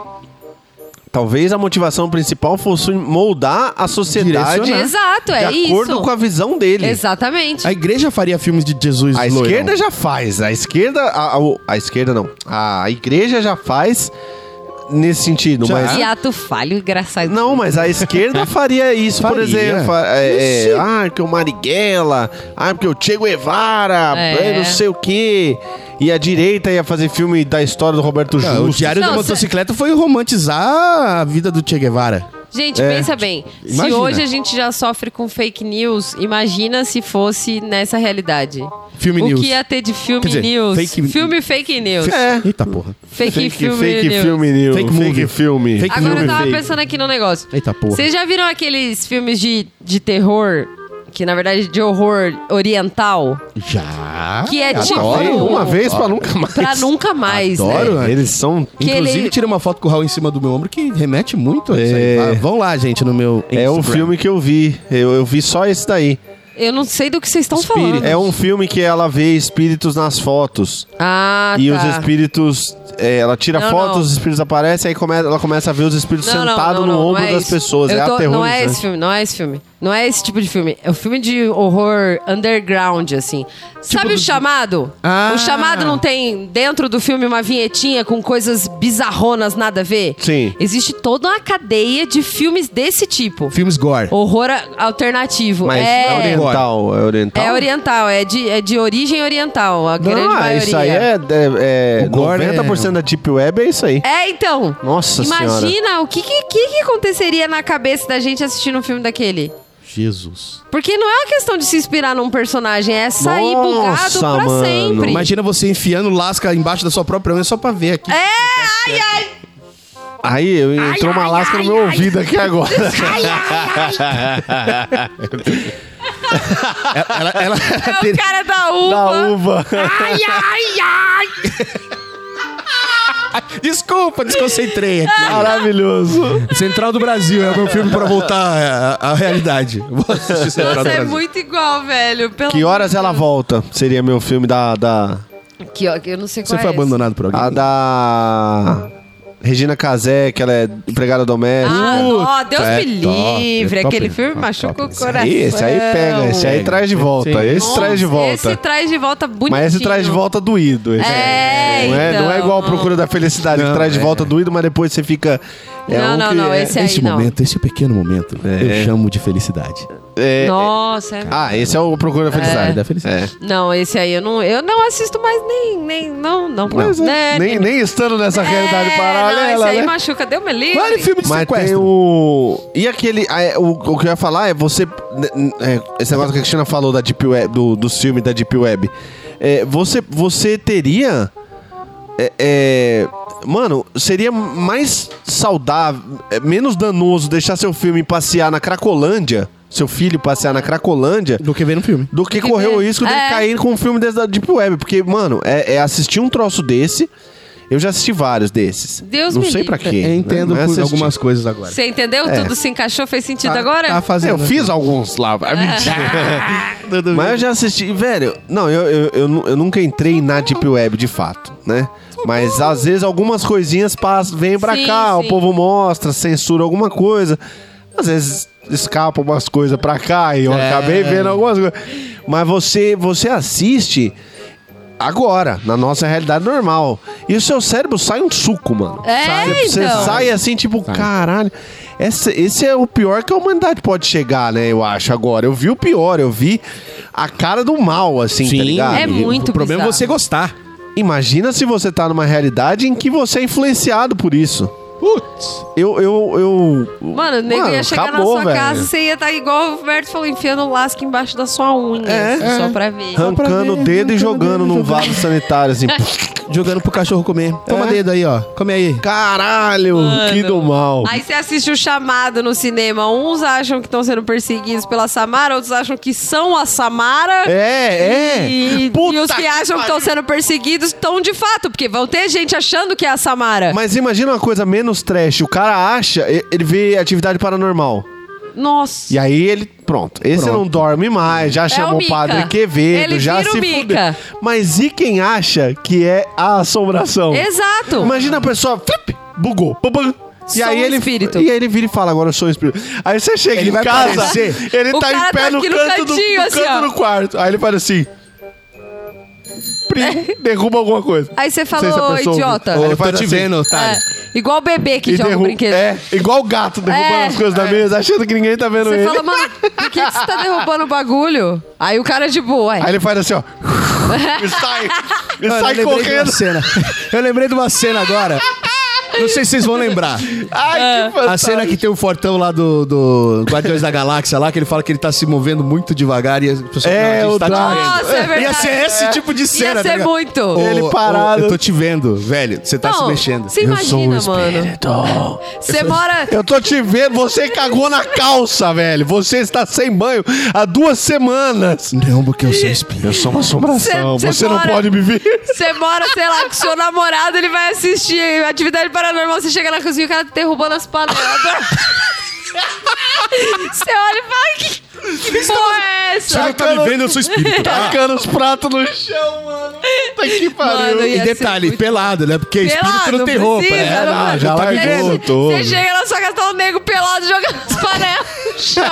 Talvez a motivação principal fosse moldar a sociedade
Direcionar.
Exato, é
de acordo
isso.
com a visão dele.
Exatamente.
A igreja faria filmes de Jesus
A
loirão.
esquerda já faz. A esquerda. A, a, o- a esquerda não. A igreja já faz nesse sentido.
Já.
Mas
Que ato falho, engraçado.
Não, mas a esquerda faria isso, por
Faria.
exemplo. fa- É, é, ah, porque o Marighella, ah, porque o Che Guevara,
É.
é, não sei o quê. E a direita ia fazer filme da história do Roberto
Ah, o
Justo.
Diário
Não,
da
cê-
Motocicleta foi romantizar a vida do Che Guevara.
Gente, pensa bem. Se
É. imagina.
hoje a gente já sofre com fake news, imagina se fosse nessa realidade.
Filme
o
news.
que ia ter de filme
Quer dizer,
news?
fake-
Filme fake news.
É.
Eita porra.
Fake, filme news.
news.
Fake
Fake,
movie.
filme.
Fake
Agora eu
filme
tava
fake.
pensando aqui no negócio.
Eita porra.
Vocês já viram aqueles filmes de, de terror, que na verdade é de horror oriental,
Já.
que é
Adoro.
tipo...
Uma vez, uma vez pra nunca mais.
Pra nunca mais,
Adoro.
né?
né?
Eles são.
Que
Inclusive,
ele-
tira uma foto com o Raul em cima do meu ombro que remete muito a isso aí.
É.
Ah, vão lá, gente, no meu.
É o
Instagram.
filme que eu vi. Eu, eu vi só esse daí.
Eu não sei do que vocês estão
Espírito.
falando.
É um filme que ela vê espíritos nas fotos.
Ah,
E
tá.
os espíritos. é, ela tira
Não,
fotos,
não.
os espíritos aparecem, aí come- ela começa a ver os espíritos sentados no ombro
é
das
isso.
pessoas.
Eu
é
tô- Não é
aterrorizante.
esse filme, não é esse filme. Não é esse tipo de filme. É um filme de horror underground, assim.
Tipo
Sabe o chamado?
Ah.
O chamado não tem dentro do filme uma vinhetinha com coisas bizarronas, nada a ver?
Sim.
Existe toda uma cadeia de filmes desse tipo.
Filmes Gore.
Horror a- alternativo.
Mas é,
é,
oriental, é oriental.
é oriental, é de, é de origem oriental, a grande
Não, ah,
maioria.
isso aí é. é, é
O gore
90% da Deep Web é isso aí.
É, então.
Nossa
Imagina
senhora.
o que, que, que que aconteceria na cabeça da gente assistindo um filme daquele.
Jesus.
Porque não é uma questão de se inspirar num personagem, é sair bugado
Nossa,
pra
mano.
sempre.
Imagina você enfiando lasca embaixo da sua própria unha só pra ver aqui.
É, ai, ai,
Aí eu- entrou uma lasca no meu ouvido aqui agora.
Ela, ela-
é o cara da uva.
da uva.
Ai, ai, ai.
Desculpa, desconcentrei aqui.
Maravilhoso.
Central do Brasil é o meu filme pra voltar à, à realidade. Vou assistir Central do
Nossa, é
Brasil.
muito igual, velho. Pelo
Que horas ela volta? Seria meu filme da. da
Que, ó, que eu não sei qual
Você foi
é esse.
abandonado por alguém?
a da. Regina Casé, que ela é empregada doméstica.
Ah, ó, Deus
é
me
top,
livre.
é top,
Aquele filme
top,
machuca
top.
o
Esse
coração. né?
Ih, esse aí pega, esse aí traz de volta.
Sim.
Esse traz de
Nossa,
volta.
Esse traz de volta bonitinho.
Mas esse traz de volta doído. Esse.
É,
não, é não é
então.
igual a procura da felicidade,
Não,
que traz de
é.
volta doído, mas depois você fica. é
Não,
um
não,
que
não,
é-
esse aí
Esse
não.
momento, esse pequeno momento, eu chamo de felicidade.
é-
Nossa, é...
Ah, esse é o procura da felicidade.
É. Da felicidade.
É.
Não, esse aí eu não, eu não assisto mais nem, nem, não, não.
Mas,
Né,
é, nem, nem estando nessa realidade
É,
paralela.
Não, esse aí
né?
machuca, deu me livre.
Olha filme de
Mas tem
sequestro.
o. E aquele. ah, é, O, o que eu ia falar é você. né, n- é, esse negócio que a Cristina falou da Deep Web, do, do filme da Deep Web. É, você, você teria. é, é, mano, seria mais saudável, é, menos danoso deixar seu filme passear na Cracolândia, seu filho passear na Cracolândia,
Do que ver no filme.
do que
Que
correr o
ver.
risco de
É.
cair com um filme desse da Deep Web. Porque, mano, é, é assistir um troço desse
Eu já assisti vários desses.
Deus
Não
me
sei
livre.
pra quê.
Eu entendo
né?
por
Mas assisti.
algumas coisas agora.
Você entendeu? Tudo se encaixou? Fez sentido agora?
É. Tá fazendo.
Eu fiz alguns lá. É mentira. Mas eu já assisti. Velho, não, eu, eu, eu, nu- eu nunca entrei na Deep Web de fato, né? Mas às vezes algumas coisinhas passam, vêm pra
Sim,
cá, o
sim.
povo mostra, censura alguma coisa. Às vezes escapa umas coisas pra cá e eu acabei vendo algumas coisas. Mas você, você assiste agora, na nossa realidade normal. E o seu cérebro sai um suco, mano.
É,
Sai- Você
então.
sai assim, tipo, caralho. Essa- esse é o pior que a humanidade pode chegar, né? Eu acho agora. Eu vi o pior, eu vi a cara do mal, assim, tá ligado?
É muito
O problema
bizarro.
é você gostar.
Imagina se você tá numa realidade em que você é influenciado por isso.
Putz.
Eu, eu, eu.
Mano, o nego ia chegar
acabou,
na sua
velho.
casa, você ia estar igual o Roberto falou, enfiando o lasca embaixo da sua unha.
É,
assim,
é.
Só pra ver.
Hum.
Arrancando o dedo e jogando num vaso sanitário, assim. É?
Jogando pro cachorro comer. Toma dedo aí, ó. Come aí.
Caralho, que do mal.
Aí você assiste o chamado no cinema. Uns acham que estão sendo perseguidos pela Samara, outros acham que são a Samara.
É, é.
E, e os que acham que estão sendo perseguidos estão de fato, porque vão ter gente achando que é a Samara.
Mas imagina uma coisa menos trash. O cara acha, e- ele vê atividade paranormal.
Nossa.
E aí ele, pronto. Esse não dorme mais, já chama
É o
o,
Mica.
padre Quevedo,
Ele
já
vira o
se
Mica.
fudeu. Mas e quem acha que é a assombração?
Exato.
Imagina a pessoa, flip, bugou. pum, pum. E
Sou
aí,
um
ele,
espírito.
e aí ele vira e fala, agora eu sou um espírito. Aí você chega
Ele
em
vai
casa,
aparecer.
ele
O
tá
cara
em pé
tá
no
aqui
canto,
no
do,
cantinho,
no
assim,
canto
ó.
do quarto. Aí ele fala assim, prim, derruba alguma coisa.
Aí você
Não sei se a
falou,
pessoa ouviu.
idiota.
Aí ele
Ô,
fala
tô te
assim,
vendo, otário.
É, igual o bebê que
e
joga o
derru-
brinquedo.
É, igual o gato derrubando
É,
as coisas da mesa, achando que ninguém tá vendo
Você
ele.
fala, mano, por que que você tá derrubando o bagulho? Aí o cara é de boa.
Aí ele faz assim, ó. e sai, e
Mano, eu
sai
lembrei de
correndo.
uma cena. Eu lembrei de uma cena agora. Não sei se vocês vão lembrar.
É.
Ai, que fantástico.
A cena que tem o Fortão lá do, do Guardiões da Galáxia lá, que ele fala que ele tá se movendo muito devagar e as pessoas
É,
"Não, a gente
o
tá te
Drax.
vendo."
Nossa, é verdade.
Ia ser esse tipo de cena,
Ia
tá
ser
ligado?
muito.
Ô,
Ele
ô,
parado. um
eu tô te vendo, velho. Você tá se mexendo.
Você imagina, mano. Você mora.
Eu tô te vendo, você cagou na calça, velho. Você está sem banho há duas semanas.
Não, porque eu sou um espírito.
Eu sou uma assombração,
Cê- cê
você não
mora-
pode me ver.
Você mora, sei lá, com seu namorado, ele vai assistir atividade paranormal, você chega na cozinha e o cara tá derrubando as panelas. Você olha e fala, que, que porra é
Você não
essa?
tá me vendo, eu sou espírito.
Tacando os pratos no chão, mano. Puta que pariu.
Mano,
E
ia ser
detalhe,
muito
pelado, né? Porque espírito
pelado,
não tem roupa.
precisa,
né?
não
Ah,
precisa.
já
tá me
largou
vendo.
Você-
todo.
Você chega na sua casa, tá um nego pelado jogando as panelas no chão.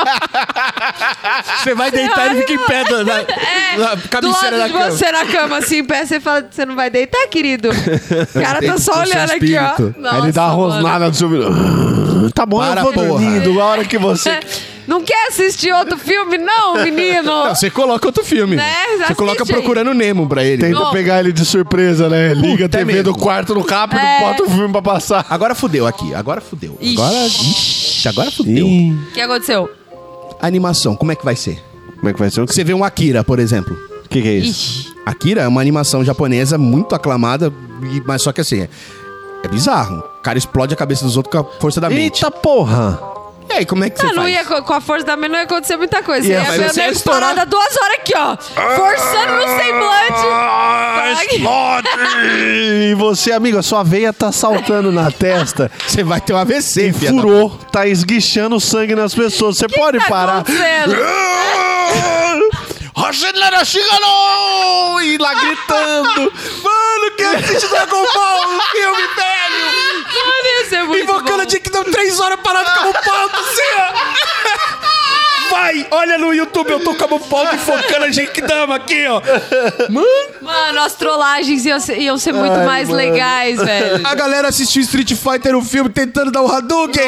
Você vai deitar e fica em pé na, na- na
é, Do
cabeceira
lado
da
de
cama.
você na cama, assim, em pé, você fala, você não vai deitar, querido? O cara tá
Eu sou
só olhando aqui, ó.
é espírito.
Aí ele dá uma
Nossa, mano.
rosnada no seu vidro. Tá bom,
Para,
eu vou
porra.
dormindo. A hora que você...
É. Não quer assistir outro filme, não, menino?
Não, você coloca outro filme.
Né?
Você
Assiste
coloca
aí.
procurando Nemo pra ele.
Tenta
Não.
pegar ele de surpresa, né? Liga a
Puta, é
TV do
mesmo.
quarto no rápido,
É.
bota o filme pra passar.
Agora fudeu aqui, agora fudeu.
Ixi.
Agora, ixi, agora fudeu.
O que aconteceu?
Animação, como é que vai ser?
Como é que vai ser? O
Você vê um Akira, por exemplo.
que, que é isso?
Ixi.
Akira é uma animação japonesa muito aclamada, e- mas só que assim, é, é bizarro. O cara explode a cabeça dos outros com a força da mente.
Eita porra!
E aí, como é que você
Ah, não
faz?
ia, co- com a força da mente não ia acontecer muita coisa.
Ia,
Você
mas
ia
você
ver
ia
a
estourar.
estourada duas horas aqui, ó. Forçando no
Ah,
semblante. Pra-
E você, amigo, a sua veia tá saltando na testa.
Você vai ter um AVC, filha da-
Furou, tá esguichando sangue nas pessoas. Você pode
tá
parar.
acontecendo?
Rochelera Chigano! E lá gritando. Mano, que assiste Dragon Ball no filme, velho!
Mano, ia ser muito bom.
Invocando tinha que dar três horas parado com a mão pauta, assim, ó. Vai, olha no YouTube, eu tô com a mão pauta focando a gente dama aqui, ó.
Mano, as trollagens iam ser, iam ser muito mais legais, velho.
A galera assistiu Street Fighter, o filme, tentando dar o Hadouken.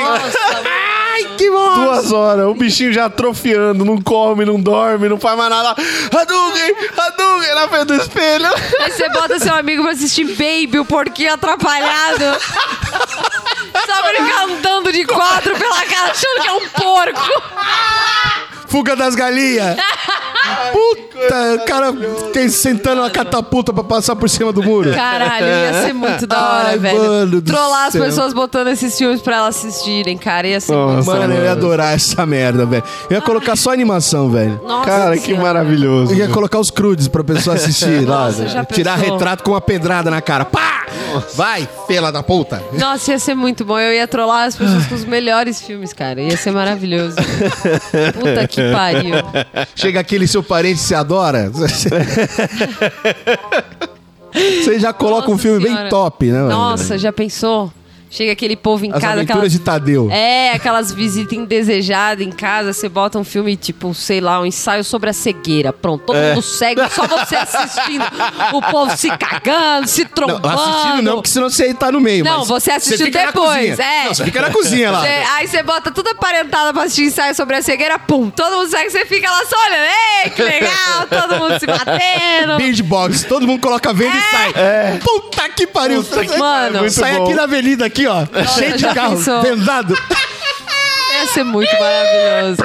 Ai, que bom.
Duas horas, o bichinho já atrofiando, não come, não dorme, não faz mais nada. Hadouken, Hadouken, na frente do espelho.
Aí você bota seu amigo pra assistir Baby, o porquinho atrapalhado. Só pra ele ficar andando de quadro pela casa, achando que é um porco.
Fuga das galinhas.
Puta, o cara tem- sentando uma catapulta pra passar por cima do muro.
Caralho, ia ser muito da hora,
Ai,
velho.
mano do
Trollar as
céu.
pessoas botando esses filmes pra elas assistirem, cara. Ia ser muito.
Nossa,
Mano, eu ia adorar essa merda, velho. Eu ia colocar só animação, velho.
Nossa
Cara, que
Senhora.
maravilhoso.
Eu ia colocar os crudes pra pessoa assistir lá.
Nossa, já
tirar
pensou?
retrato com uma pedrada na cara. Pá! Vai, fela da puta.
Nossa, ia ser muito bom. Eu ia trollar as pessoas com os melhores filmes, cara. Ia ser maravilhoso. Puta que pariu.
Chega aquele seu parente se adora. Você já coloca um
Nossa
filme
Senhora.
bem top, né? mano?
Nossa, já pensou? Chega aquele povo em
As
casa.
aventuras de Tadeu.
É, aquelas visitas indesejadas em casa, você bota um filme tipo, sei lá, um ensaio sobre a cegueira. Pronto, todo
É.
mundo cego, só você assistindo. o povo se cagando, se
Não,
trombando.
assistindo não, porque senão você tá no meio.
Não,
mas
você assistiu
fica na
depois,
cozinha.
é.
Não, você fica na cozinha lá.
Cê- aí você bota tudo aparentado pra assistir ensaio sobre a cegueira, pum, todo mundo segue, você fica lá só olhando, ei, que legal, todo mundo se batendo.
Beard box, todo mundo coloca venda
É.
e sai.
É.
Puta que pariu.
Mano,
muito
sai
bom.
aqui na avenida, aqui, ó. cheio de
já
carro,
pensou?
vendado.
ia ser muito maravilhoso.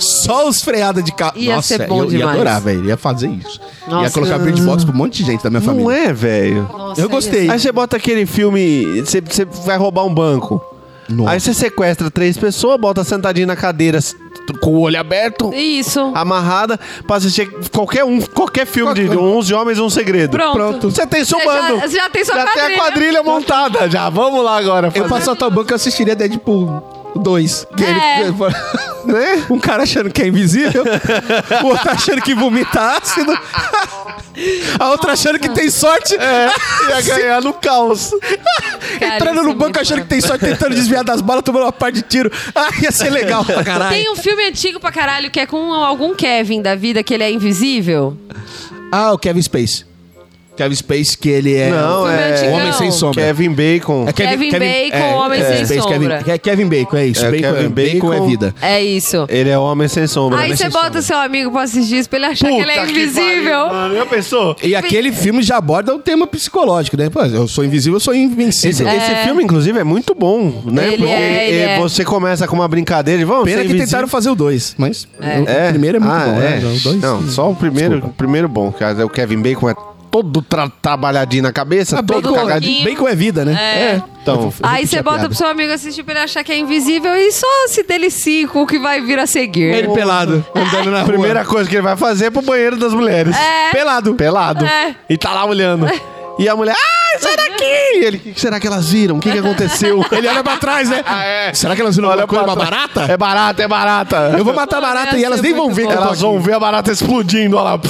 Só os freadas de carro.
Ia
Nossa,
ser bom
eu ia
demais.
adorar, velho. Ia fazer isso. ia
Nossa.
colocar beard box pra um monte de gente da minha
Não
família.
é, velho.
Nossa,
Eu gostei.
Aí você bota aquele filme. Você, você vai roubar um banco.
Nossa.
Aí você sequestra três pessoas, bota sentadinho na cadeira s- com o olho aberto,
Isso.
amarrada, pra assistir qualquer um, qualquer filme de 11 homens, um segredo.
Pronto.
Você tem seu
Você já-
bando.
você já tem sua
já Tem a
quadrilha.
é quadrilha montada já. Vamos lá agora.
Eu
fazer.
passo a tua banca eu assistiria Deadpool 2. Que ele-
É.
né? Um cara achando que é invisível, o outro achando que vomita ácido, a outra achando que tem sorte,
É, Ia ganhar no caos.
Cara,
entrando
isso
no
é
banco
muito
achando
bom.
que tem sorte, tentando desviar das balas, tomando uma parte de tiro. Ah, ia ser legal pra caralho.
Tem um filme antigo pra caralho que é com algum Kevin da vida que ele é invisível.
Ah, o Kevin Space. Kevin Space, que ele é.
Não,
filme
é.
o
antigão.
Homem Sem Sombra.
Kevin Bacon.
É
Kevin Bacon, Homem Sem
Space,
Sombra.
Kevin, é Kevin Bacon, é isso.
É,
Bacon,
Kevin
Bacon é
Bacon.
vida.
É isso.
Ele é homem sem sombra.
Aí
né?
você
Sem
bota seu amigo pra assistir isso pra ele achar que ele é
Puta que
invisível.
pariu, mano. Já pensou?
E aquele filme já aborda o tema psicológico, né? Pô, eu sou invisível, eu sou
Esse,
invencível.
esse filme, inclusive, é muito bom, né?
Ele
Porque
é, ele
eh,
é.
você começa com uma brincadeira e vamos
Pena
ser
que
invisível.
tentaram fazer o dois, mas o-
É.
o primeiro é muito
Ah,
bom,
é.
né? O dois,
Não,
sim.
só o primeiro, o
Desculpa.
primeiro bom. cara. O Kevin Bacon é todo tra- trabalhadinho na cabeça,
Ah,
todo
bacon,
cagadinho.
louquinho.
bacon é vida, né?
É.
Então,
Aí você bota pro seu amigo assistir pra ele achar que é invisível e só se delicie com o que vai vir a seguir.
É. Ele pelado, andando na
a
rua.
primeira coisa que ele vai fazer é pro banheiro das mulheres.
É.
Pelado. Pelado.
É.
E tá lá olhando. E a mulher, ai, sai daqui!
é.
E ele, o que será que elas viram? O que, que aconteceu?
Ele olha pra trás, né?
Ah, é.
Será que elas viram
Olha
alguma coisa,
pra
uma
trás.
barata?
É barata, é barata.
Eu vou matar a barata
Olha,
e elas
essa
nem
é
vão
muito
ver que
boa.
eu tô
Elas vão
aqui.
ver a barata explodindo, olha lá.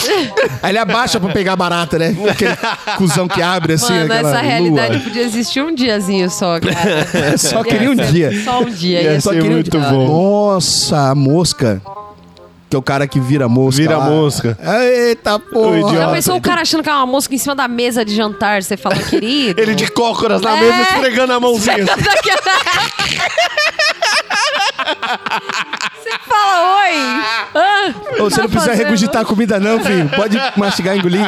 Aí ele abaixa pra pegar a barata, né? Aquele cuzão que abre assim,
Mano,
aquela
essa
lua.
realidade podia existir um diazinho só, cara.
Só queria um
Ia ser
dia. É
Só um dia.
Ia
ia
ser
ser um
muito
dia.
bom.
Nossa, a mosca. Que é o cara que vira mosca.
Vira
lá.
mosca.
Eita porra.
idiota.
Já pensou o cara achando que é uma mosca em cima da mesa de jantar? Você fala, querido. Tá
Ele de cócoras na mesa
É.
esfregando a mãozinha. assim.
Você fala, oi. Ah,
Ô, você
tá
não precisa
fazendo?
regurgitar a comida, não, filho. Pode mastigar e engolir.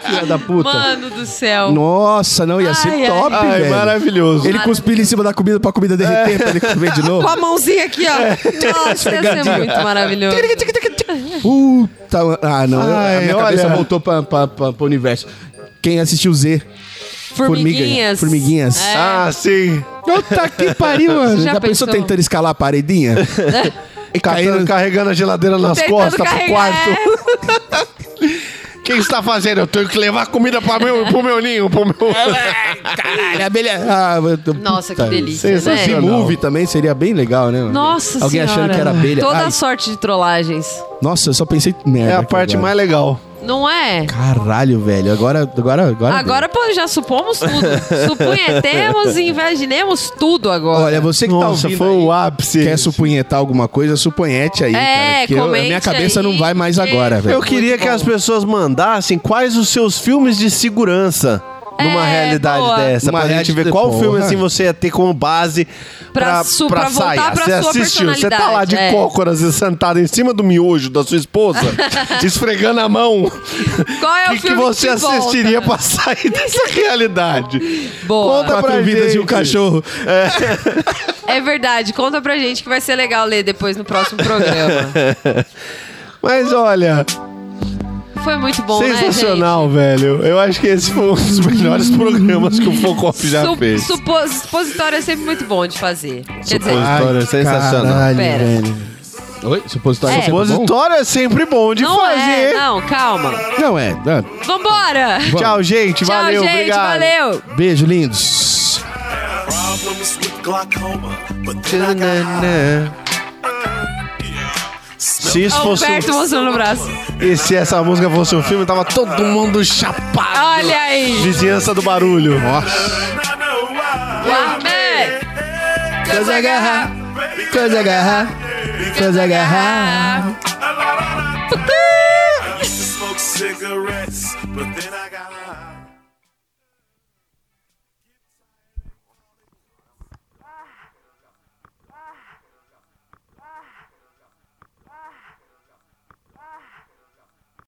Filha da puta.
Mano do céu.
Nossa, não, ia ser
Ai, ai.
top,
Ai,
velho.
maravilhoso.
Ele cuspir em cima da comida pra comida derreter pra ele comer de novo.
Com a mãozinha aqui, ó. Nossa, ia ser muito maravilhoso.
Puta. Ah, não. eu-
Ai,
a minha cabeça
olha.
voltou pra, pra, pra, pro universo. Quem assistiu Z?
Formiguinhas.
Formiguinhas.
É.
Ah, sim.
Puta que pariu, mano.
Já
Já, pensou
pensou?
tentando escalar a paredinha? e
Catando,
caindo.
Tá carregando a geladeira nas
Tentando
costas pro
carregar,
quarto. Quem está fazendo? Eu tenho que levar comida para meu, pro meu ninho, pro meu.
É.
Caralho, abelha. Ah, eu tô-
Nossa,
puta,
que delícia, né?
Esse movie também seria bem legal, né? mano?
Nossa
Alguém
senhora.
achando que era abelha.
Toda
Ai,
sorte de trollagens.
Nossa, eu só pensei merda.
É a
aqui
parte
agora.
mais legal.
Não é?
Caralho, velho. Agora, agora, agora.
Agora pô, já supomos tudo. Supunhetemos e imaginemos tudo agora.
Olha, você que tá
Nossa,
ouvindo
foi
aí,
o ápice.
quer supunhetar alguma coisa, supunhete aí,
É,
cara. que eu- a minha
comente
cabeça
aí,
não vai mais
que-
agora, velho.
Eu queria
Muito
que
bom.
as pessoas mandassem quais os seus filmes de segurança numa
É,
realidade
boa.
dessa,
Uma
pra gente
realidade
ver
de-
qual filme
porra.
assim você ia ter como base pra,
Pra su- pra voltar
sair.
pra
você
sua
assistiu, você tá lá
personalidade,
de
é.
cócoras e sentado em cima do miojo da sua esposa, esfregando a mão.
Qual é
O
o
que, que
filme
você
que volta?
assistiria pra sair dessa realidade?
Boa.
Conta pra
Quatro vidas
gente. É,
e um cachorro.
É verdade. Conta pra gente que vai ser legal ler depois no próximo programa.
Mas olha,
Foi muito bom, né,
sensacional, velho. Eu acho que esse foi um dos melhores programas que o Focop
né,
já
gente? Su-
fez.
supo- supositório é sempre muito bom de fazer. Quer dizer,
Supositório é sensacional.
Caralho,
Pera.
velho. Oi? Supositório
É.
é. sempre bom?
Supositório é sempre bom de
não
fazer.
é, não, calma.
Não, é. Ah,
Vambora!
Tchau, gente.
Tchau,
valeu,
gente,
obrigado.
valeu!
Beijo, lindos.
problems with glaucoma, but then I got
Se isso fosse. um
Alberto mostrando o braço.
E se essa música fosse um filme, tava todo mundo chapado.
Olha aí!
Vizinhança do barulho.
and I know why.
Amém!
é
Coisa agarrar. Coisa agarrar. Coisa
I used to smoke cigarettes, but then I got